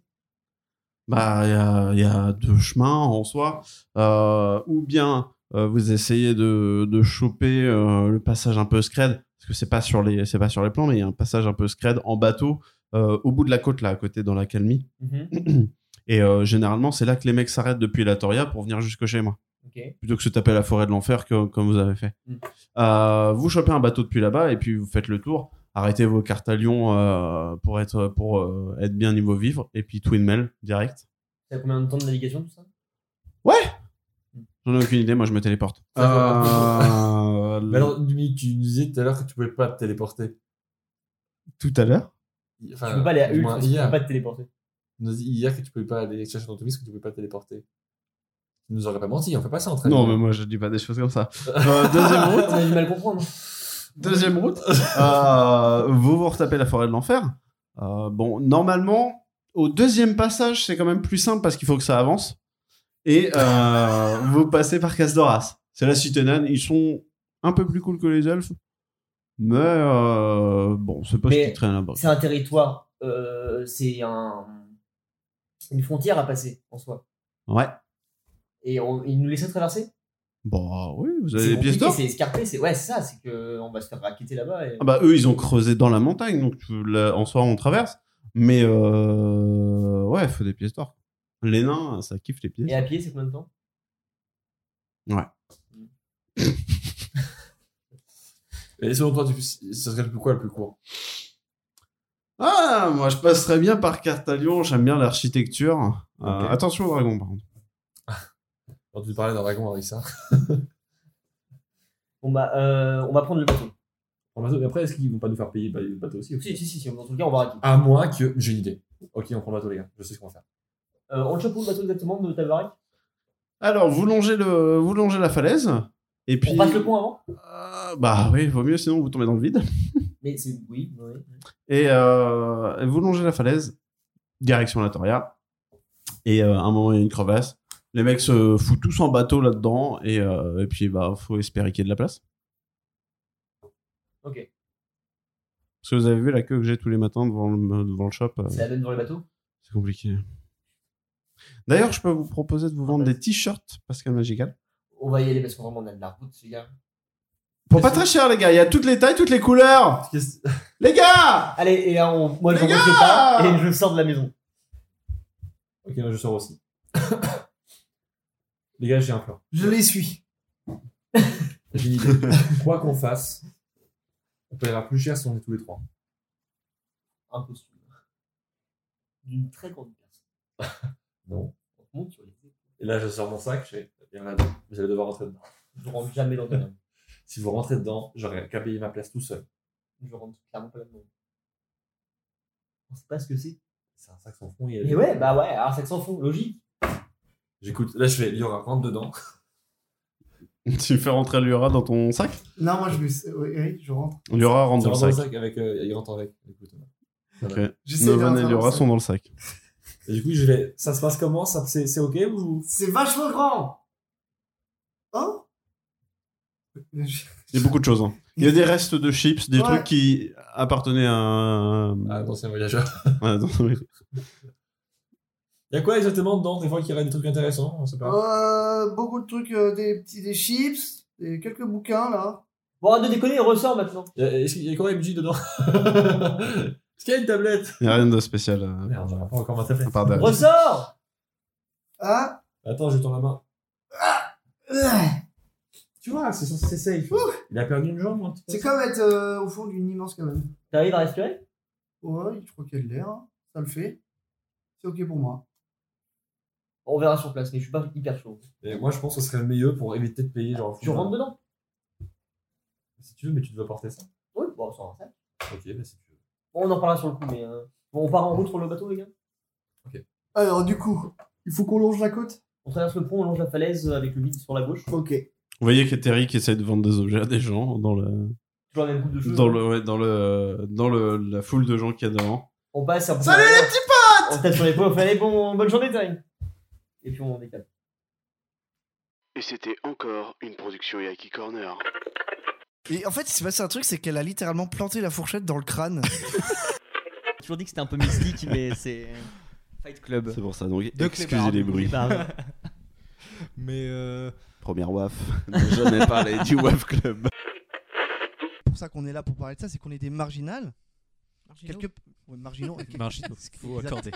S1: Bah, il y a, il y a deux chemins en soi. Euh, ou bien euh, vous essayez de, de choper euh, le passage un peu scred, parce que c'est pas sur les c'est pas sur les plans, mais il y a un passage un peu scred en bateau euh, au bout de la côte là, à côté dans la calmie.
S3: Mhm.
S1: Et euh, généralement, c'est là que les mecs s'arrêtent depuis la Toria pour venir jusque chez moi,
S2: Ok.
S1: plutôt que se taper la forêt de l'enfer que- comme vous avez fait.
S2: Mm.
S1: Euh, vous chopez un bateau depuis là-bas et puis vous faites le tour. Arrêtez vos cartalions euh, pour être pour euh, être bien niveau vivre et puis Twin Mail direct.
S2: T'as combien de temps de navigation, tout ça
S1: J'en ai aucune idée, moi je me téléporte.
S2: Ça va.
S1: Euh,
S3: Mais alors, Dumi, tu nous disais tout à l'heure que tu pouvais pas te téléporter.
S1: tout à l'heure
S3: Enfin,
S2: Tu
S1: Euh,
S2: peux pas aller à
S3: du
S2: Ulf,
S3: moins
S2: parce que tu
S3: hier.
S2: peux pas te téléporter.
S3: Tu nous as dit hier que tu pouvais pas aller chercher ton autobus, que tu pouvais pas te téléporter. Tu nous aurais pas menti, on fait pas ça en train
S1: Non, mais moi je dis pas des choses comme ça. Euh, deuxième route,
S2: Ah, On a du mal à comprendre. hein.
S1: deuxième route euh, vous vous retapez la forêt de l'enfer. Euh, bon, normalement, au deuxième passage, c'est quand même plus simple parce qu'il faut que ça avance. Et euh, vous passez par Casdoras. C'est la Citenan, ils sont un peu plus cool que les elfes. Mais euh, bon, c'est pas
S2: Mais
S1: ce qui traîne là-bas.
S2: C'est un territoire, euh, c'est un... une frontière à passer, en soi.
S1: Ouais.
S2: Et on- ils nous laissaient traverser
S1: Bon, Bah oui, vous
S2: C'est
S1: avez des pièces
S2: compliqué,
S1: d'or.
S2: C'est escarpé, c'est ouais, c'est ça, c'est que on va se faire racketter là-bas. Et...
S1: Ah bah eux, ils ont creusé dans la montagne, donc tu- là, en soi, on traverse. Mais euh, ouais, faut des pièces d'or. Les nains, ça kiffe les
S2: et
S1: pièces.
S2: à pied, c'est combien de temps
S3: Et selon toi, tu, ça serait le plus quoi le plus court
S1: Ah, moi, je passerais bien par Cartalion, j'aime bien l'architecture. Euh,
S3: Ok.
S1: attention aux dragons, par contre.
S3: Quand tu parlais d'un dragon, on a dit ça.
S2: On va, euh, on va prendre le bateau.
S3: En bateau, mais après, est-ce qu'ils vont pas nous faire payer le ba- le bateau aussi
S2: Si, si, si, si, en tout cas, on va racketter.
S3: À moins que. J'ai une idée. Ok, on prend le bateau, les gars. Je sais ce qu'on va faire.
S2: Euh, on le chope où le bateau exactement de Tabarak
S1: Alors, vous longez, le, vous longez la falaise, et puis...
S2: On passe le pont avant
S1: Euh, bah oui, vaut mieux, sinon vous tombez dans le vide.
S2: Mais c'est oui, oui.
S1: Et euh, vous longez la falaise, direction la Toria. Et euh, à un moment, il y a une crevasse. Les mecs se foutent tous en bateau là-dedans. Et, euh, et puis, bah, faut espérer qu'il y ait de la place.
S2: Ok.
S1: Parce que vous avez vu la queue que j'ai tous les matins devant le, devant le shop. euh,
S2: C'est la même dans les bateaux.
S1: c'est compliqué. D'ailleurs, je peux vous proposer de vous vendre des t-shirts Pascal Magical.
S2: On va y aller parce qu'on vraiment on a de la route, les gars.
S1: Pour pas très cher, les gars. Il y a toutes les tailles, toutes les couleurs.
S3: Qu'est-ce-
S1: Les gars
S2: Allez, et là, on... moi je
S1: Les
S2: rentre pas et je sors de la maison.
S3: Ok, moi je sors aussi. les gars, j'ai un plan.
S4: Je les suis.
S3: J'ai une idée. quoi qu'on fasse, on paiera plus cher si on est tous les trois.
S2: Impossible. D'une très grande personne.
S3: Non.
S2: On te monte sur les pieds.
S3: Et là, je sors mon sac. Je fais, Il y en a deux. Vous allez devoir rentrer dedans.
S2: Je rentre jamais dans ta main.
S3: Si vous rentrez dedans, j'aurai qu'à payer ma place tout seul.
S2: Je rentre clairement pas là-dedans. On sait pas ce que c'est.
S3: C'est un sac sans fond. il y a-
S2: Mais ouais, bah ouais, alors ça s'en fout, logique.
S3: J'écoute. Là, je fais. Il y aura rentre dedans.
S1: Tu fais rentrer Liora dans ton sac
S4: Non, moi je me. Oui, oui, je rentre.
S1: Liora rentre
S3: Tu
S1: dans le
S3: rentres dans le
S1: sac.
S3: sac avec. euh, il rentre avec. Écoute.
S4: J'essaie de
S1: Novan et
S4: rentrer dans
S1: Liora
S4: ça.
S1: sont dans le sac.
S3: Et du coup, je vais. Ça se passe comment Ça, c'est, c'est ok ou
S4: C'est vachement grand. Oh
S1: Il y a beaucoup de choses. hein. Il y
S4: Euh,
S1: a des restes de chips, des
S4: Ouais.
S1: trucs qui appartenaient à un.
S3: Ah, non, c'est un voyageur.
S1: Ouais, non, mais-
S3: Il y a quoi exactement dedans Des fois, qu'il y aurait des trucs intéressants. On sait pas.
S1: hein.
S4: Euh, beaucoup de trucs, euh, des petits des chips, des quelques bouquins là.
S2: Bon, arrête de déconner, il ressort maintenant.
S3: Y a- Est-ce qu'il y a quoi MJ dedans Est-ce qu'il y a une tablette
S1: Il n'y a rien de spécial. euh,
S3: Ah, Merde, j'aurais pas encore ma tablette.
S1: à part derrière.
S2: Ressort
S4: Ah,
S3: Attends, je tends la main.
S4: euh, Tu vois, c'est c'est safe.
S3: Il a perdu une jambe, un petit peu.
S4: C'est comme être euh, au fond d'une immense cabane.
S2: T'arrives à respirer
S4: Ouais, je crois qu'il y a de l'air. hein. Ça le fait. C'est ok pour moi.
S2: On verra sur place, mais je suis pas hyper chaud.
S3: Et moi, je pense que ce serait le meilleur pour éviter de payer. Genre,
S2: Tu rentres dedans
S3: Si tu veux, mais tu devais porter ça.
S2: Oui, bon, ça va. ça va.
S3: Ok, bah si tu veux.
S2: Bon, on en parlera sur le coup, mais. euh, Bon, on part en route sur le bateau, les gars.
S4: Alors, du coup, il faut qu'on longe la côte
S2: On traverse le pont, on longe la falaise euh, avec le vide sur la gauche.
S4: Ok.
S1: Vous voyez qu'Etheric qui essaie de vendre des objets à des gens dans le
S2: Toujours la même coupe de cheveux.
S1: dans le ouais, dans le dans le la foule de gens qu'il y a devant.
S2: On passe un peu.
S4: Salut les petits
S2: On tape sur l'épaule, on fait allez, bon, bonne journée, Time Et puis on décale.
S6: Et c'était encore une production Yaki Corner.
S7: Et en fait, il s'est passé un truc, c'est qu'elle a littéralement planté la fourchette dans le crâne.
S8: J'ai toujours dit que c'était un peu mystique, mais c'est. Fight Club.
S1: C'est pour ça donc
S7: De
S1: excusez
S7: Clébard.
S1: les bruits.
S8: Pardon.
S7: Mais euh,
S1: Première waf. Je n'ai parlé du waf club.
S7: c'est pour ça qu'on est là pour parler de ça, c'est qu'on est des marginales.
S9: Marginaux.
S7: Quelque... Ouais, marginaux. ok.
S9: Marginaux, ce qu'il faut accorder.